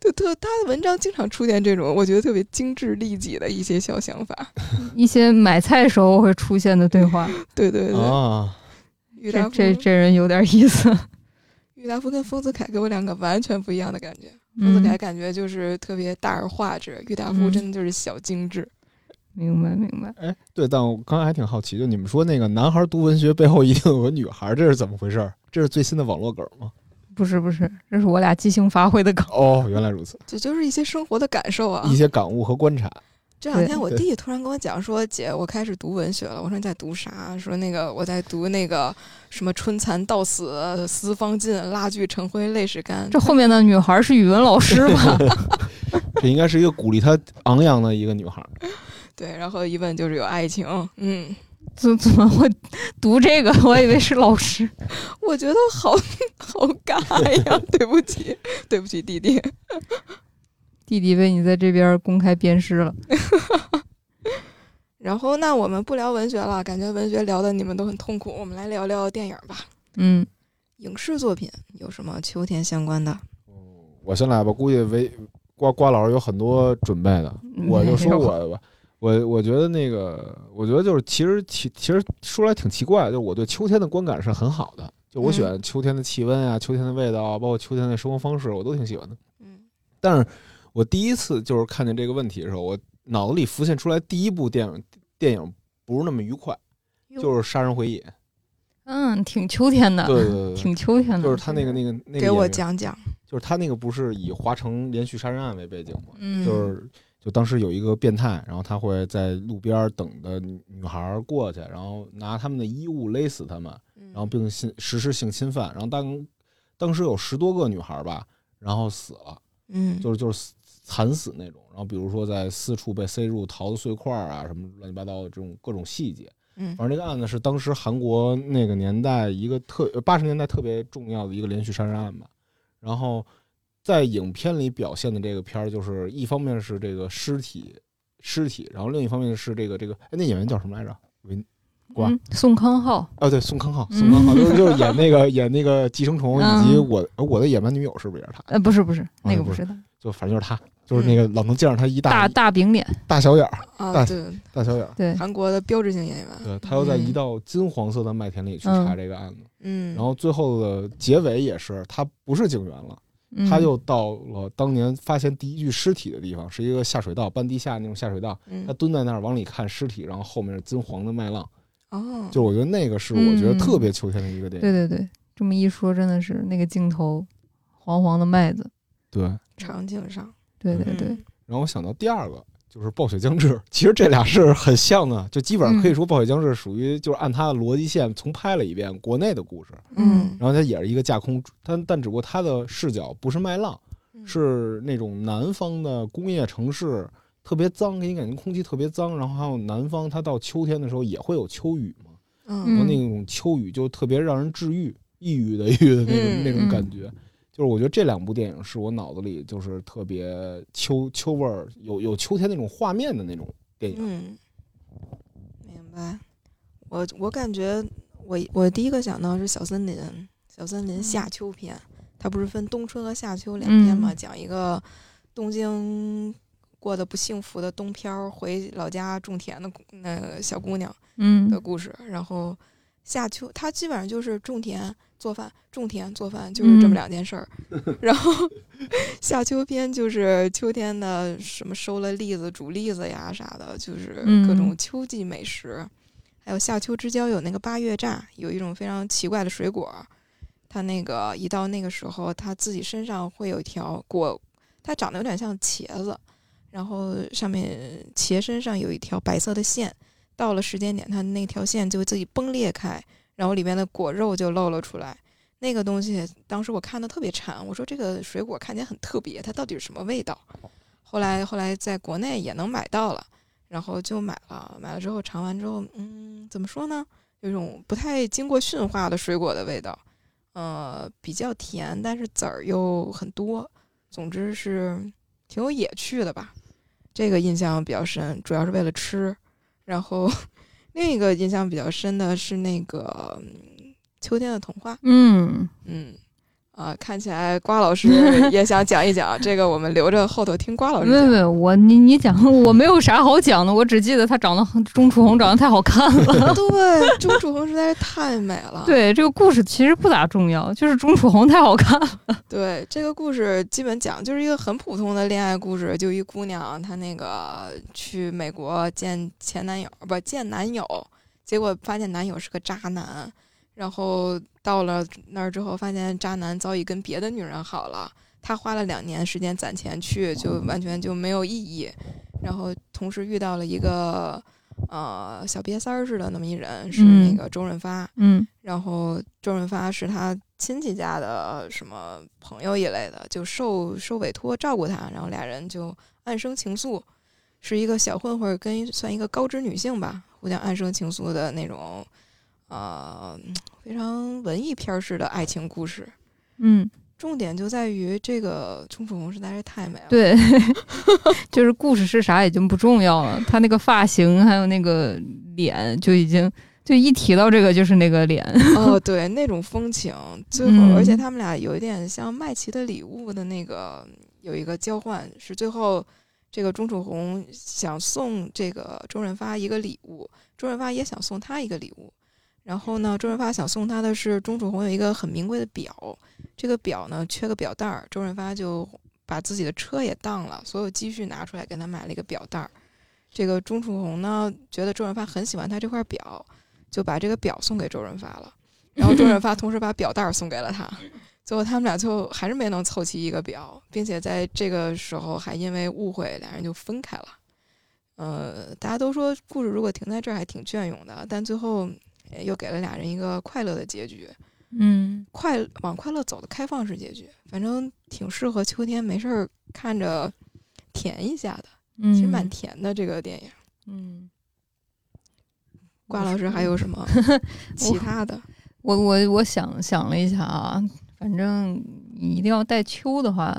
S1: 对，特他的文章经常出现这种我觉得特别精致利己的一些小想法。
S3: 一些买菜时候会出现的对话，
S1: 对对对，
S2: 啊，
S1: 郁
S3: 这
S1: 达夫
S3: 这这人有点意思。
S1: 郁达夫跟丰子恺给我两个完全不一样的感觉。丰子
S3: 嗯
S1: 恺，感觉就是特别大而化之，郁达夫
S3: 嗯
S1: 真的就是小精致。
S3: 明白明白。
S2: 哎，对，但我刚才还挺好奇，就你们说那个男孩读文学背后一定有个女孩，这是怎么回事儿？这是最新的网络梗吗？
S3: 不是不是，这是我俩即兴发挥的梗。
S2: 哦，原来如此，
S1: 这就是一些生活的感受啊
S2: 一！些感悟和观察。
S1: 这两天
S3: 对
S1: 我
S2: 对
S1: 弟突然跟我讲说：“姐，我开始读文学了。”我说：“你在读啥？”说：“那个我在读那个什么‘春蚕到死丝方尽，蜡炬成灰泪始干’。”
S3: 这后面的女孩是语文老师吧？
S2: 这应该是一个鼓励他昂扬的一个女孩。
S1: 对，然后一问就是有爱情。嗯，
S3: 怎怎么会读这个？ 我以为是老师。
S1: 我觉得好 好尬呀， 对不起，对不起，弟弟。
S3: 弟弟被你在这边公开鞭尸了。
S1: 然后那我们不聊文学了，感觉文学聊的你们都很痛苦，我们来聊聊电影吧。
S3: 嗯，
S1: 影视作品有什么秋天相关的？
S2: 我先来吧，估计为瓜瓜老师有很多准备的，
S3: 嗯
S2: 我就
S3: 没
S2: 说
S3: 有
S2: 我吧。我我觉得那个，我觉得就是其实其其实说来挺奇怪，就是我对秋天的观感是很好的，就
S1: 嗯
S2: 我喜欢秋天的气温啊、秋天的味道啊，包括秋天的生活方式，我都挺喜欢的。
S1: 嗯
S2: 但是我第一次就是看见这个问题的时候，我脑子里浮现出来第一部电影电影不是那么愉快，
S1: 哟
S2: 就是《杀人回忆》。
S3: 嗯，挺秋天的，
S2: 对对对
S3: 挺秋天的。
S2: 对，就是他那个那个那个
S1: 给我
S2: 演员
S1: 讲讲。
S2: 就是他那个不是以华城连续杀人案为背景吗？
S3: 嗯，
S2: 就是就当时有一个变态，然后他会在路边儿等的女女孩儿过去，然后拿他们的衣物勒死他们，
S1: 然
S2: 然后并性实施性侵犯，然后当当时有十多个女孩儿吧，然后死了，
S1: 嗯，
S2: 就是就是死惨死那种。然后比如说在私处被塞入桃子碎块儿啊，什么乱七八糟的这种各种细节。
S1: 嗯
S2: 反正这个案子是当时韩国那个年代一个特八十年代特别重要的一个连续杀人案吧。然后在影片里表现的这个片儿，就是一方面是这个尸体尸体，然后另一方面是这个这个哎，那演员叫什么来着？文瓜
S3: 嗯宋康昊，
S2: 哦，对，宋康昊，
S3: 嗯
S2: 宋康昊就是就是演那个演那个寄生虫以及
S3: 嗯
S2: 我呃我的野蛮女友是不是也是他？
S3: 呃，不是不是，那个
S2: 啊不
S3: 不
S2: 是
S3: 是的，
S2: 就反正就是他，就是那个老能见着他一
S3: 嗯大
S2: 大
S3: 大饼脸，
S2: 大小眼儿，
S1: 啊，
S2: 大
S1: 对，
S2: 大小眼儿。
S3: 对，
S1: 韩国的标志性演员。
S2: 哎对，他又在
S3: 嗯
S2: 一道金黄色的麦田里去查这个案子。
S1: 嗯，
S2: 然后最后的结尾也是，他不是警员了，
S3: 嗯
S2: 他又到了当年发现第一具尸体的地方，是一个下水道，半地下那种下水道。
S1: 嗯
S2: 他蹲在那儿往里看尸体，然后后面是金黄的麦浪。
S1: 哦，
S2: 就我觉得那个是我觉得
S3: 嗯
S2: 特别秋天的一个电影。
S3: 对对对，这么一说，真的是那个镜头，黄黄的麦子，
S2: 对。
S1: 场景上，
S3: 对对对，
S1: 嗯
S2: 然后我想到第二个就是《暴雪将至》，其实这俩是很像的，就基本上可以说《暴雪将至》属于就是按它的逻辑线重拍了一遍国内的故事，
S1: 嗯
S2: 然后它也是一个架空，但但只不过它的视角不是麦浪。
S1: 嗯
S2: 是那种南方的工业城市，特别脏，给你感觉空气特别脏。然后还有南方，它到秋天的时候也会有秋雨嘛，然后
S1: 嗯
S3: 嗯
S2: 那种秋雨就特别让人治愈，抑郁的郁的那种、
S1: 嗯
S2: 那种感觉。就是我觉得这两部电影是我脑子里就是特别秋秋味儿，有有秋天那种画面的那种电影。
S1: 嗯，明白。我我感觉我我第一个想到是小森林，小森林
S3: 嗯
S1: 夏秋篇，它不是分冬春和夏秋两篇嘛，
S3: 嗯
S1: 讲一个东京过得不幸福的东漂回老家种田的姑那个小姑娘。的
S3: 嗯
S1: 故事。然后夏秋，他基本上就是种田、做饭，种田、做饭，就是这么
S3: 嗯
S1: 两件事儿。 然后夏秋篇就是秋天的什么收了栗子、煮栗子呀啥的，就是各种
S3: 嗯
S1: 秋季美食。还有夏秋之交有那个八月榨，有一种非常奇怪的水果。它那个一到那个时候，它自己身上会有一条果，它长得有点像茄子，然后上面茄身上有一条白色的线，到了时间点，它那条线就会自己崩裂开，然后里面的果肉就露了出来。那个东西当时我看的特别馋，我说这个水果看起来很特别，它到底是什么味道？后来后来在国内也能买到了，然后就买了，买了之后尝完之后，嗯，怎么说呢？有一种不太经过驯化的水果的味道，呃，比较甜，但是籽儿又很多，总之是挺有野趣的吧。这个印象比较深，主要是为了吃。然后 另一个印象比较深的是那个嗯秋天的童话，
S3: 嗯，
S1: 嗯，啊、看起来瓜老师也想讲一讲这个，我们留着后头听瓜老师
S3: 没有没
S1: 讲。
S3: 有，我你你讲，我没有啥好讲的，我只记得他长得很钟楚红长得太好看了。
S1: 啊对，钟楚红实在是太美了。
S3: 对，这个故事其实不咋重要，就是钟楚红太好看了。
S1: 对这个故事基本讲就是一个很普通的恋爱故事，就一姑娘她那个去美国见前男友，不见男友，结果发现男友是个渣男，然后到了那儿之后，发现渣男早已跟别的女人好了。她花了两年时间攒钱去，就完全就没有意义。然后同时遇到了一个呃小瘪三儿似的那么一人，是那
S3: 嗯
S1: 个周润发。
S3: 嗯
S1: 然后周润发是他亲戚家的什么朋友一类的，就受受委托照顾他，然后俩人就暗生情愫，是一个小混混儿跟一算一个高知女性吧，互相暗生情愫的那种，呃，非常文艺片儿式的爱情故事。
S3: 嗯，
S1: 重点就在于这个钟楚红实在是太美了，
S3: 对， 就是故事是啥已经不重要了，他那个发型还有那个脸就已经。就一提到这个，就是那个脸，
S1: 哦，对，那种风情，最后、
S3: 嗯
S1: 而且他们俩有一点像麦琪的礼物的那个有一个交换，是最后这个钟楚红想送这个周润发一个礼物，周润发也想送他一个礼物。然后呢，周润发想送他的是钟楚红有一个很名贵的表，这个表呢缺个表带儿，周润发就把自己的车也当了，所有积蓄拿出来给他买了一个表带儿。这个钟楚红呢觉得周润发很喜欢他这块表，就把这个表送给周润发了，然后周润发同时把表带儿送给了他，最后他们俩最后还是没能凑齐一个表，并且在这个时候还因为误会，俩人就分开了。呃，大家都说故事如果停在这儿还挺隽永的，但最后哎又给了俩人一个快乐的结局，
S3: 嗯，
S1: 快往快乐走的开放式结局，反正挺适合秋天没事儿看着甜一下的，
S3: 嗯
S1: 其实蛮甜的这个电影。
S3: 嗯，
S1: 瓜老师还有什么其他的？
S3: 我我我想想了一下啊，反正你一定要带秋的话，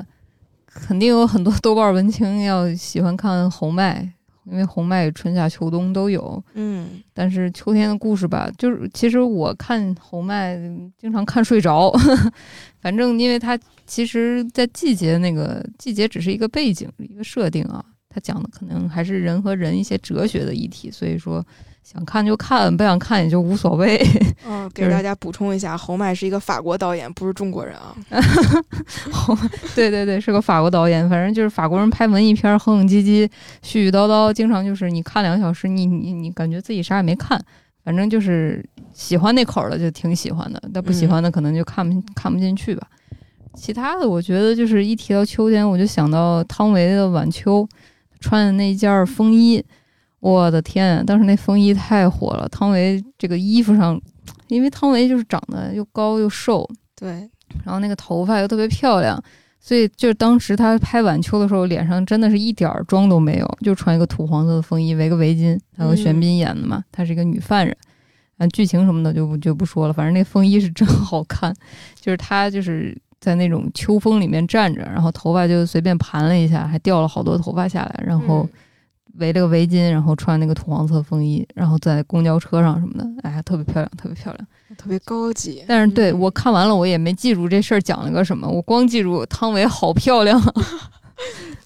S3: 肯定有很多豆瓣文青要喜欢看红麦，因为红麦春夏秋冬都有。
S1: 嗯，
S3: 但是秋天的故事吧，就是其实我看红麦经常看睡着， 反正因为它其实，在季节那个季节只是一个背景，一个设定啊，它讲的可能还是人和人一些哲学的议题，所以说想看就看，不想看也就无所谓。
S1: 哦，
S3: 就
S1: 给
S3: 是
S1: 大家补充一下，侯麦是一个法国导演，不是中国人啊。
S3: 好吧， 对对对，是个法国导演，反正就是法国人拍文艺片儿，哼哼唧唧、絮絮叨叨，经常就是你看两个小时，你你你感觉自己啥也没看，反正就是喜欢那口儿的就挺喜欢的，但不喜欢的可能就看不、看不进去吧。其他的，我觉得就是一提到秋天，我就想到汤唯的《晚秋》，穿的那件儿风衣，我的天，当时那风衣太火了。汤唯这个衣服上，因为汤唯就是长得又高又瘦，
S1: 对，
S3: 然后那个头发又特别漂亮，所以就是当时她拍晚秋的时候，脸上真的是一点儿妆都没有，就穿一个土黄色的风衣，围个围巾。她和玄彬演的嘛，她是一个女犯人。啊，剧情什么的就不就不说了，反正那风衣是真好看，就是她就是在那种秋风里面站着，然后头发就随便盘了一下，还掉了好多头发下来，然
S1: 嗯
S3: 后围了个围巾，然后穿那个土黄色风衣，然后在公交车上什么的，哎呀，特别漂亮，特别漂亮。
S1: 嗯特别高级。
S3: 但是对
S1: 嗯
S3: 我看完了，我也没记住这事儿讲了个什么，我光记住汤唯好漂 亮。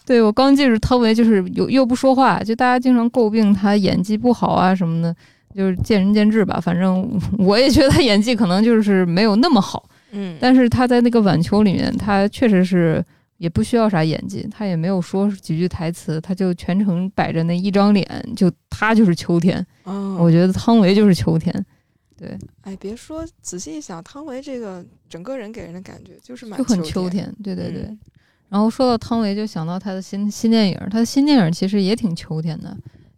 S3: 对我光记住汤唯就是又又不说话，就大家经常诟病她演技不好啊什么的，就是见仁见智吧。反正我也觉得她演技可能就是没有那么好，
S1: 嗯，
S3: 但是他在那个晚秋里面，他确实是也不需要啥演技，他也没有说几句台词，他就全程摆着那一张脸，就他就是秋天。
S1: 哦，
S3: 我觉得汤唯就是秋天，对，
S1: 哎，别说，仔细一想，汤唯这个整个人给人的感觉就是蛮
S3: 就很
S1: 秋
S3: 秋天，对对对。
S1: 嗯
S3: 然后说到汤唯，就想到她的新新电影，她的新电影其实也挺秋天的，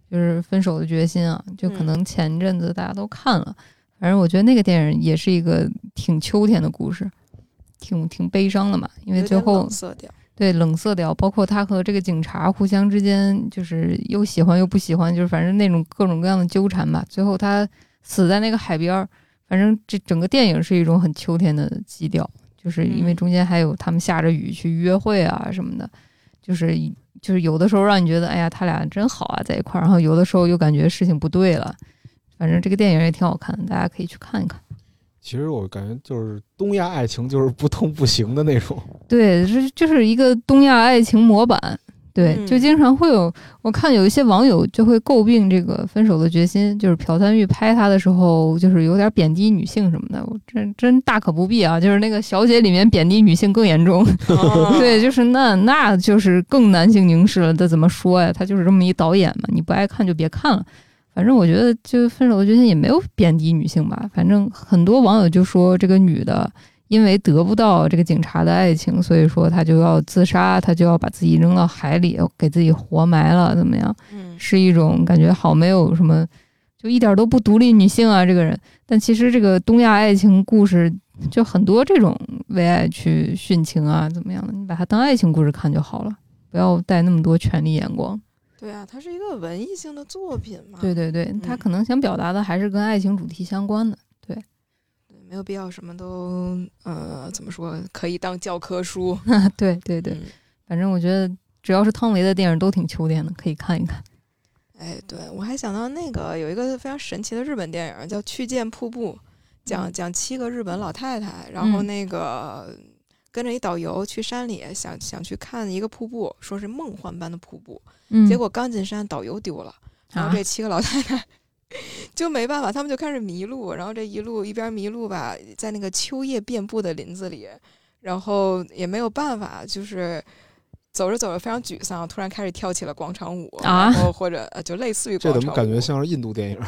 S3: 就是《分手的决心》啊，就可
S1: 嗯
S3: 能前一阵子大家都看了，反正我觉得那个电影也是一个挺秋天的故事，挺挺悲伤的嘛，因为
S1: 有
S3: 最
S1: 点
S3: 后
S1: 冷色 调，
S3: 对冷色调，包括他和这个警察互相之间就是又喜欢又不喜欢，就是反正那种各种各样的纠缠吧。最后他死在那个海边儿，反正这整个电影是一种很秋天的基调，就是因为
S1: 嗯
S3: 中间还有他们下着雨去约会啊什么的，就是就是有的时候让你觉得哎呀他俩真好啊在一块儿，然后有的时候又感觉事情不对了。反正这个电影也挺好看的，大家可以去看一看。
S2: 其实我感觉就是东亚爱情就是不痛不行的那种，
S3: 对，这就是一个东亚爱情模板。对，
S1: 嗯
S3: 就经常会有，我看有一些网友就会诟病这个《分手的决心》，就是朴赞玉拍他的时候，就是有点贬低女性什么的，我真真大可不必啊！就是那个《小姐》里面贬低女性更严重，
S1: 哦
S3: 对，就是那那就是更男性凝视了，这怎么说呀？他就是这么一导演嘛，你不爱看就别看了。反正我觉得，就《分手的决心》也没有贬低女性吧。反正很多网友就说，这个女的因为得不到这个警察的爱情，所以说她就要自杀，她就要把自己扔到海里，给自己活埋了，怎么样？
S1: 嗯
S3: 是一种感觉好没有什么，就一点都不独立女性啊，这个人。但其实这个东亚爱情故事，就很多这种为爱去殉情啊，怎么样的，你把它当爱情故事看就好了，不要带那么多权力眼光。
S1: 对啊，它是一个文艺性的作品嘛，
S3: 对对对，他
S1: 嗯
S3: 可能想表达的还是跟爱情主题相关的。
S1: 对没有必要什么都呃怎么说可以当教科书，
S3: 对对对，
S1: 嗯
S3: 反正我觉得只要是汤唯的电影都挺秋天的，可以看一看。
S1: 哎，对我还想到那个有一个非常神奇的日本电影叫《去见瀑布》，讲
S3: 嗯
S1: 讲七个日本老太太，然后
S3: 嗯
S1: 那个跟着一导游去山里，想想去看一个瀑布，说是梦幻般的瀑布，
S3: 嗯，
S1: 结果刚进山导游丢了，然
S3: 啊
S1: 后，这七个老太太 就没办法，他们就开始迷路，然后这一路一边迷路吧，在那个秋叶遍布的林子里，然后也没有办法，就是。走着走着非常沮丧，突然开始跳起了广场舞
S3: 啊
S1: 然后或者呃就类似于
S2: 这
S1: 广
S2: 怎
S1: 场
S2: 么
S1: 舞，
S2: 感觉像是印度电影？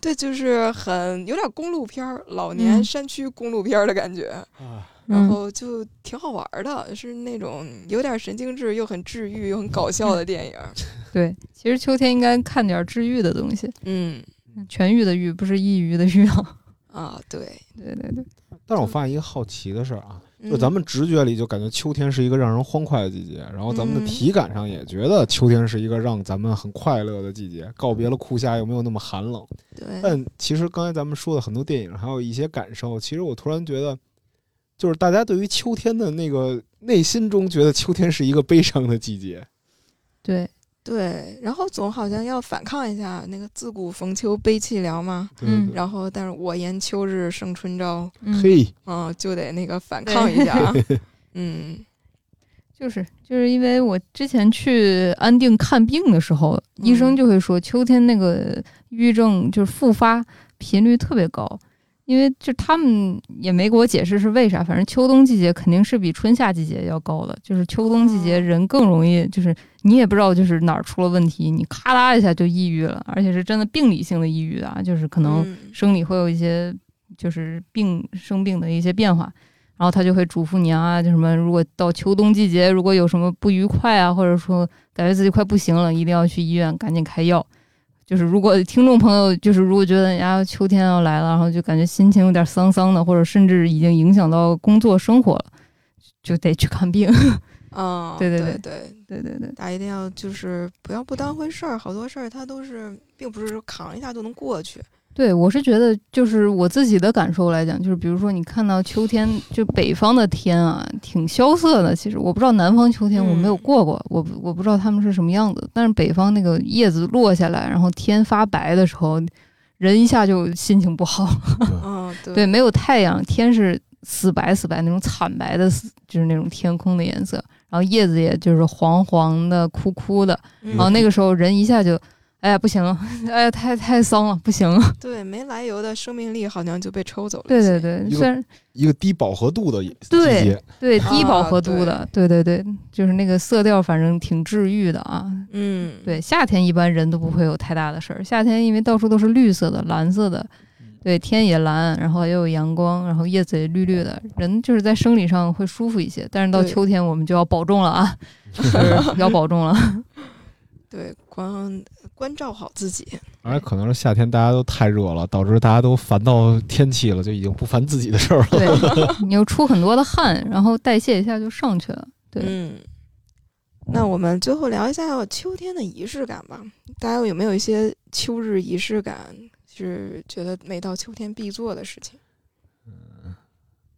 S1: 对，就是很有点公路片儿，老年
S3: 嗯
S1: 山区公路片儿的感觉，
S2: 啊，
S1: 然
S3: 嗯
S1: 后就挺好玩儿的，是那种有点神经质又很治愈又很搞笑的电 影儿。
S3: 对，其实秋天应该看点治愈的东西，
S1: 嗯
S3: 痊愈的愈不是抑郁的郁啊。
S1: 啊，对，
S3: 对对对，
S2: 但是我发现一个好奇的事儿啊，
S1: 嗯
S2: 就咱们直觉里就感觉秋天是一个让人欢快的季节，然后咱们的
S1: 嗯
S2: 体感上也觉得秋天是一个让咱们很快乐的季节，告别了酷夏，又没有那么寒冷。
S1: 对，
S2: 但其实刚才咱们说的很多电影，还有一些感受，其实我突然觉得，就是大家对于秋天的那个内心中觉得秋天是一个悲伤的季节，
S3: 对，
S1: 对，然后总好像要反抗一下那个“自古逢秋悲凄凉”嘛，
S2: 对不对？
S1: 嗯然后但是我言秋日胜春朝，
S3: 嗯。
S2: 嘿，
S1: 嗯，就得那个反
S3: 对
S1: 抗一下 啊，嗯
S3: 就是就是因为我之前去安定看病的时候，
S1: 嗯
S3: 医生就会说秋天那个抑郁症就是复发频率特别高，因为就他们也没给我解释是为啥，反正秋冬季节肯定是比春夏季节要高的，就是秋冬季节
S1: 哦
S3: 人更容易就是你也不知道就是哪儿出了问题，你咔啦一下就抑郁了，而且是真的病理性的抑郁啊，就是可能
S1: 嗯
S3: 生理会有一些就是病生病的一些变化，然后他就会嘱咐你啊，就什么如果到秋冬季节，如果有什么不愉快啊，或者说感觉自己快不行了，一定要去医院赶紧开药。就是如果听众朋友就是如果觉得哎呀秋天要来了，然后就感觉心情有点丧丧的，或者甚至已经影响到工作生活了，就得去看病。
S1: 啊，
S3: 对对
S1: 对
S3: 对
S1: 对，
S3: 对对对，
S1: 大家一定要就是不要不当回事儿，好多事儿它都是并不是说扛一下就能过去。
S3: 对，我是觉得，就是我自己的感受来讲，就是比如说你看到秋天，就北方的天啊，挺萧瑟的。其实我不知道南方秋天，我没
S1: 嗯
S3: 有过过，我不我不知道他们是什么样子。但是北方那个叶子落下来，然后天发白的时候，人一下就心情不好。
S1: 嗯，对
S3: 对，没有太阳，天是死白死白那种惨白的死，就是那种天空的颜色。然后叶子也就是黄黄的、枯枯的。
S1: 嗯
S3: 然后哦那个时候人一下就，哎呀不行了， 哎呀太太丧了，不行了。
S1: 对没来由的生命力好像就被抽走了一
S3: 对
S1: 些。
S3: 对对，
S2: 一个
S3: 虽然。
S2: 一个低饱和度的季
S3: 对
S2: 节，
S3: 对，
S1: 啊
S3: 低饱和度的，对对对，就是那个色调，反正挺治愈的啊。
S1: 嗯，
S3: 对，夏天一般人都不会有太大的事儿。夏天因为到处都是绿色的、蓝色的，对，天也蓝，然后也有阳光，然后叶子也绿绿的，人就是在生理上会舒服一些。但是到
S1: 对
S3: 秋天，我们就要保重了啊，就是 要保重了。
S1: 对，关关照好自己。
S2: 而且可能是夏天大家都太热了，导致大家都烦到天气了，就已经不烦自己的事儿了。
S3: 对，你又出很多的汗，然后代谢一下就上去了。对
S1: 嗯，那我们最后聊一下哦秋天的仪式感吧。大家有没有一些秋日仪式感是觉得每到秋天必做的事情？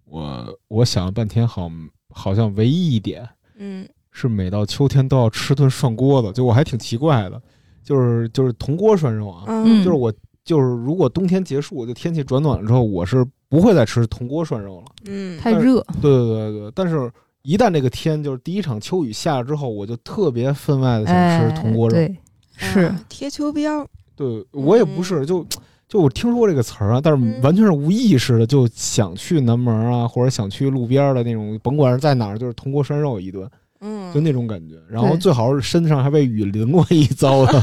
S2: 我我想了半天，好好像唯一一点
S1: 嗯
S2: 是每到秋天都要吃顿涮锅的，就我还挺奇怪的，就是就是铜锅涮肉啊，
S1: 嗯
S2: 就是我就是如果冬天结束，就天气转暖了之后，我是不会再吃铜锅涮肉了。
S3: 哦
S1: 嗯，
S3: 太热，
S2: 对对对对，但是一旦这个天就是第一场秋雨下了之后，我就特别分外的想
S3: 哎，
S2: 吃铜锅肉。
S3: 对，是
S1: 啊贴秋膘。
S2: 对我也不
S3: 嗯
S2: 是，就就我听说过这个词儿啊，但
S1: 嗯
S2: 是完全是无意识的，就想去南门啊，或者想去路边儿的那种，甭管是在哪儿，就是铜锅涮肉一顿，
S1: 嗯，
S2: 就那种感觉。然后
S3: 对
S2: 最好是身上还被雨淋过一遭 的，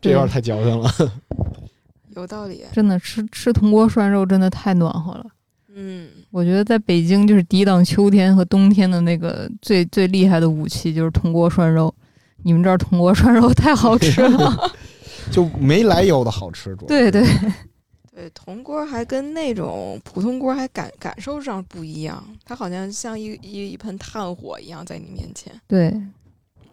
S2: 这
S3: 对
S2: 有点太矫情了。
S1: 有道理。
S3: 真的吃吃铜锅涮肉真的太暖和了。
S1: 嗯，
S3: 我觉得在北京就是抵挡秋天和冬天的那个最最厉害的武器就是铜锅涮肉。你们这儿铜锅涮肉太好吃了，
S2: 就没来由的好吃，主要
S3: 对对，
S1: 对，铜锅还跟那种普通锅还感感受上不一样，它好像像一一一盆炭火一样在你面前。
S3: 对，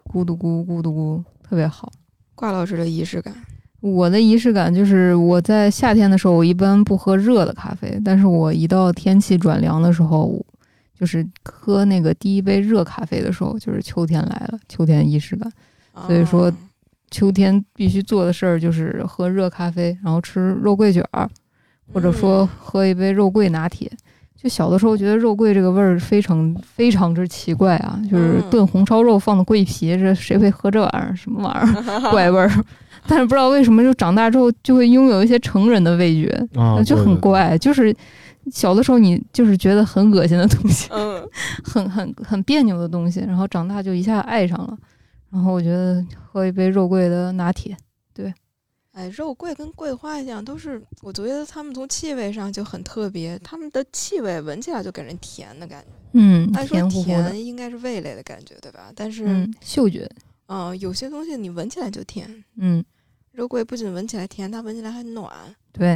S3: 咕嘟咕咕嘟咕，特别好。
S1: 挂老师的仪式感，
S3: 我的仪式感就是我在夏天的时候，我一般不喝热的咖啡，但是我一到天气转凉的时候，就是喝那个第一杯热咖啡的时候，就是秋天来了，秋天仪式感。所以说
S1: 啊
S3: 秋天必须做的事儿就是喝热咖啡，然后吃肉桂卷儿，或
S1: 嗯
S3: 者说喝一杯肉桂拿铁。就小的时候觉得肉桂这个味儿非常非常之奇怪啊，就是
S1: 嗯
S3: 炖红烧肉放的桂皮，这谁会喝这玩意儿？什么玩意儿？怪味儿。 但是不知道为什么，就长大之后就会拥有一些成人的味觉，
S2: 啊，
S3: 就
S2: 对
S3: 很。
S2: 对对
S3: 怪。就是小的时候你就是觉得很恶心的东西，
S1: 嗯，
S3: 很很很别扭的东西，然后长大就一下爱上了。然后我觉得喝一杯肉桂的拿铁，
S1: 哎，肉桂跟桂花一样，都是我觉得它们从气味上就很特别，它们的气味闻起来就给人甜的感觉。
S3: 嗯，
S1: 按说
S3: 甜乎乎的，
S1: 甜应该是味蕾的感觉，对吧？但是，嗯、
S3: 嗯，嗅觉，
S1: 有些东西你闻起来就甜，
S3: 嗯，
S1: 肉桂不仅闻起来甜，它闻起来还暖。
S3: 对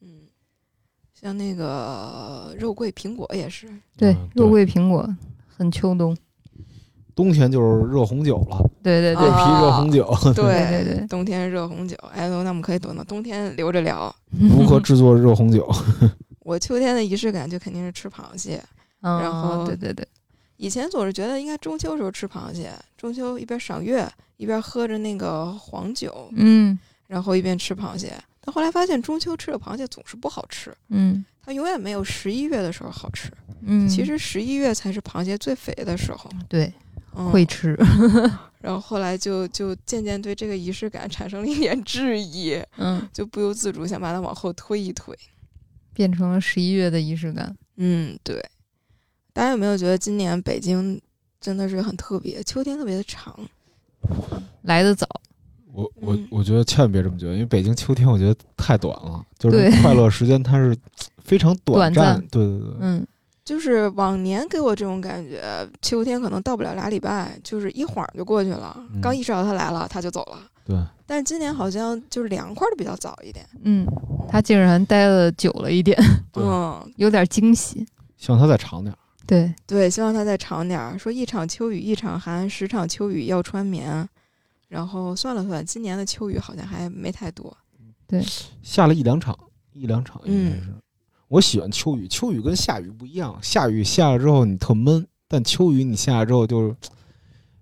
S1: 嗯，像那个呃肉桂苹果也 是，
S3: 对
S2: 嗯，
S3: 肉桂苹果很秋冬，
S2: 冬天就是热红酒了，
S3: 对对
S2: 热
S3: 对
S1: 啊
S2: 啤热红酒，
S1: 对
S3: 对对对
S1: 冬天热红酒，哎，那我们可以等到冬天留着聊。，
S2: 如何制作热红酒？
S1: 我秋天的仪式感就肯定是吃螃蟹，
S3: 嗯？
S1: 然后
S3: 对对对，
S1: 以前总是觉得应该中秋时候吃螃蟹，中秋一边赏月一边喝着那个黄酒，
S3: 嗯
S1: 然后一边吃螃蟹。但后来发现中秋吃的螃蟹总是不好吃，
S3: 嗯
S1: 它永远没有十一月的时候好吃。
S3: 嗯，
S1: 其实十一月才是螃蟹最肥的时候，
S3: 对
S1: 嗯、
S3: 会吃，
S1: 然后后来就就渐渐对这个仪式感产生了一点质疑，
S3: 嗯，
S1: 就不由自主想把它往后推一推。
S3: 变成了十一月的仪式感，
S1: 嗯，对。大家有没有觉得今年北京真的是很特别，秋天特别的长？
S3: 来得早，
S2: 我我
S1: 嗯
S2: 我觉得千万别这么觉得，因为北京秋天我觉得太短了，就是
S3: 对
S2: 快乐时间它是非常短
S3: 短
S2: 暂
S3: 暂。
S2: 对对对，
S3: 嗯，
S1: 就是往年给我这种感觉，秋天可能到不了俩礼拜，就是一晃就过去了。
S2: 嗯
S1: 刚意识到它来了，它就走了。
S2: 对，
S1: 但是今年好像就是凉快的比较早一点，
S3: 嗯，他竟然待的久了一点，
S2: 对
S1: 嗯，
S3: 有点惊喜，
S2: 希望它再长点儿。
S3: 对，
S1: 对，希望它再长点儿。说一场秋雨一场寒，十场秋雨要穿棉。然后算了算，今年的秋雨好像还没太多。
S2: 下了一两场，一两场应该
S1: 嗯
S2: 是。我喜欢秋雨，秋雨跟下雨不一样，下雨下了之后你特闷，但秋雨你下了之后就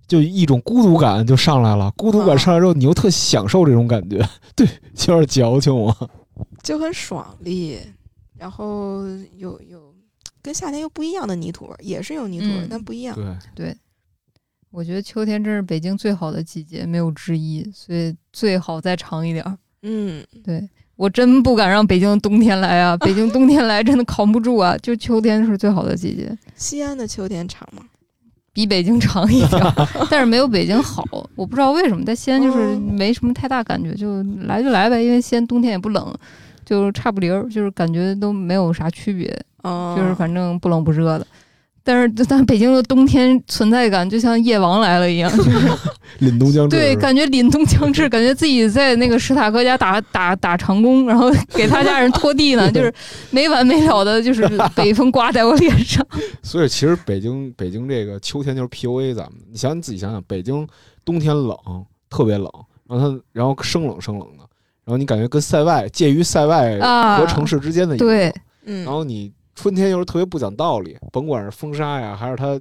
S2: 就一种孤独感就上来了，孤独
S1: 啊
S2: 感上来之后你又特享受这种感觉， 对，有点矫情我。
S1: 就很爽利，然后有有跟夏天又不一样的泥土味儿，也是有泥土味儿，
S3: 嗯
S1: 但不一样。
S2: 对，
S3: 我觉得秋天真是北京最好的季节，没有之一，所以最好再长一点儿。
S1: 嗯，
S3: 对我真不敢让北京的冬天来啊，北京冬天来真的扛不住啊。就秋天是最好的季节，
S1: 西安的秋天长吗？
S3: 比北京长一点儿， 但是没有北京好。我不知道为什么在西安就是
S1: 嗯
S3: 没什么太大感觉，就来就来呗，因为西安冬天也不冷，就差不离儿，就是感觉都没有啥区别，
S1: 嗯，
S3: 就是反正不冷不热的。但是，但北京的冬天存在感就像夜王来了一样，
S2: 凛冬将至
S3: 对，
S2: 是吧
S3: 感觉凛冬将至，感觉自己在那个史塔克家打打打长工，然后给他家人拖地呢，就是没完没了的，就是北风刮在我脸上。
S2: 所以其实北京北京这个秋天就是 PUA 咱们，你想你自己想想，北京冬天冷，特别冷，然后它然后生冷生冷的，然后你感觉跟塞外介于塞外
S3: 啊
S2: 和城市之间的一个
S3: 对，
S1: 嗯
S2: 然后你春天又是特别不讲道理，甭管是风沙呀，还是它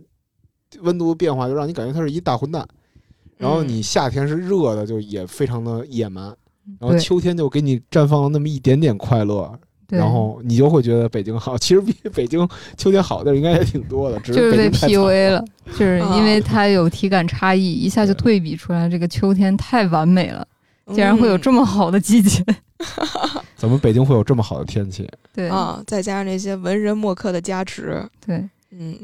S2: 温度的变化，就让你感觉它是一大混蛋。
S1: 嗯
S2: 然
S3: 嗯
S2: 后你夏天是热的，就也非常的野蛮，然后
S3: 嗯对
S2: 秋天就给你绽放了那么一点点快乐，
S3: 对
S2: 然后你就会觉得北京好。 其实比北京秋天好的地儿应该也挺多的，只
S3: 就是
S2: 北
S3: 被
S2: 京太惨
S3: PUA 了，就是
S1: 啊
S3: 因为它有体感差异，一下就对比出来，这个秋天太完美了，竟然
S1: 嗯
S3: 会有这么好的 季节。
S2: 怎么北京会有这么好的天气？
S3: 对、
S1: 嗯啊，再加上那些文人墨客的加持，
S3: 对，
S1: 嗯，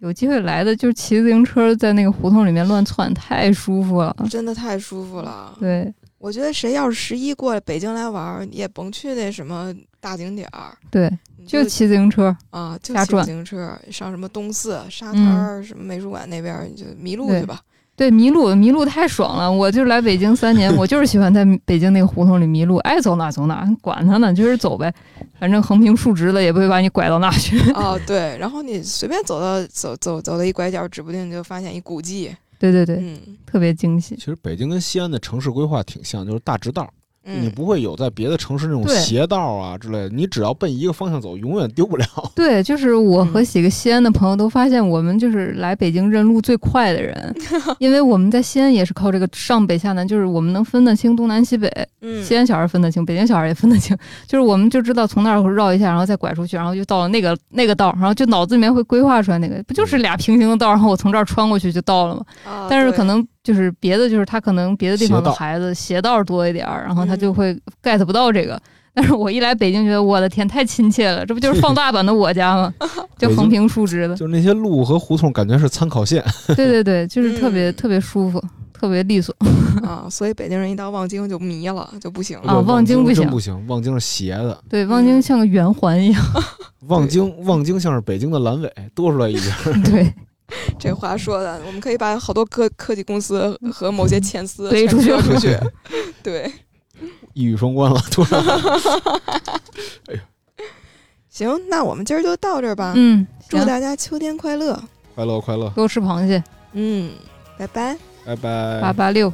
S3: 有机会来的就骑自行车在那个胡同里面乱窜，太舒服了。
S1: 真的太舒服了。
S3: 啊对
S1: 我觉得谁要是十一过来北京来玩儿，也甭去那什么大景点儿，
S3: 对，
S1: 你
S3: 就骑自行车，
S1: 啊，就
S3: 瞎
S1: 骑
S3: 转嗯
S1: 自行车上什么东四沙滩儿、什么美术馆那边儿，你就迷路
S3: 对
S1: 去吧。
S3: 对迷路迷路太爽了。我就来北京三年，我就是喜欢在北京那个胡同里迷路，爱走哪走哪，管他呢，就是走呗，反正横平竖直的也不会把你拐到哪去。
S1: 哦，对，然后你随便走到走走走到一拐角，指不定就发现一古迹。
S3: 对对对，
S1: 嗯
S3: 特别惊喜。
S2: 其实北京跟西安的城市规划挺像，就是大直道，你
S1: 嗯，
S2: 不会有在别的城市那种
S3: 对
S2: 斜道啊之类的，你只要奔一个方向走，永远丢不 了。
S3: 对，就是我和几个西安的朋友都发现，我们就是来北京认路最快的人，因为我们在西安也是靠这个上北下南，就是我们能分得清东南西北，
S1: 嗯
S3: 西安小孩分得清，北京小孩也分得清，就是我们就知道从那儿绕一下，然后再拐出去，然后就到了那个那个道儿，然后就脑子里面会规划出来那个，不就是俩平行的道儿，然后我从这儿穿过去就到了吗？
S1: 啊
S3: 但是可
S1: 对
S3: 能就是别的，就是他可能别的地方的
S2: 斜道
S3: 孩子斜道多一点儿，然后他
S1: 嗯
S3: 就会 get 不到这个。但是我一来北京，觉得我的天，太亲切了，这不就是放大版的我家 吗？就横平竖直的，
S2: 就是那些路和胡同，感觉是参考线。
S3: 对对对，就是特别、
S1: 嗯
S3: 特别舒服，特别利索。
S1: 啊，所以北京人一到望京就迷了，就不行了。
S3: 啊
S2: 对
S3: 望京
S2: 京
S3: 不
S2: 真
S3: 行
S2: 不行，望京是斜的，
S3: 对，望
S1: 嗯
S3: 京像个圆环一样，
S2: 望京望京像是北京的阑尾，多出来一截儿。
S3: 对，
S1: 这话说的，我们可以把好多科科技公司和某些前司
S3: 飞出去
S1: 全说出去。对，
S2: 一语双关了，突然。
S1: 行，那我们今儿就到这儿吧。
S3: 嗯，
S1: 祝
S3: 行
S1: 大家秋天快乐。
S2: 快乐快乐，
S3: 多吃螃蟹，
S1: 嗯，拜拜。
S2: 拜拜
S3: 八八六。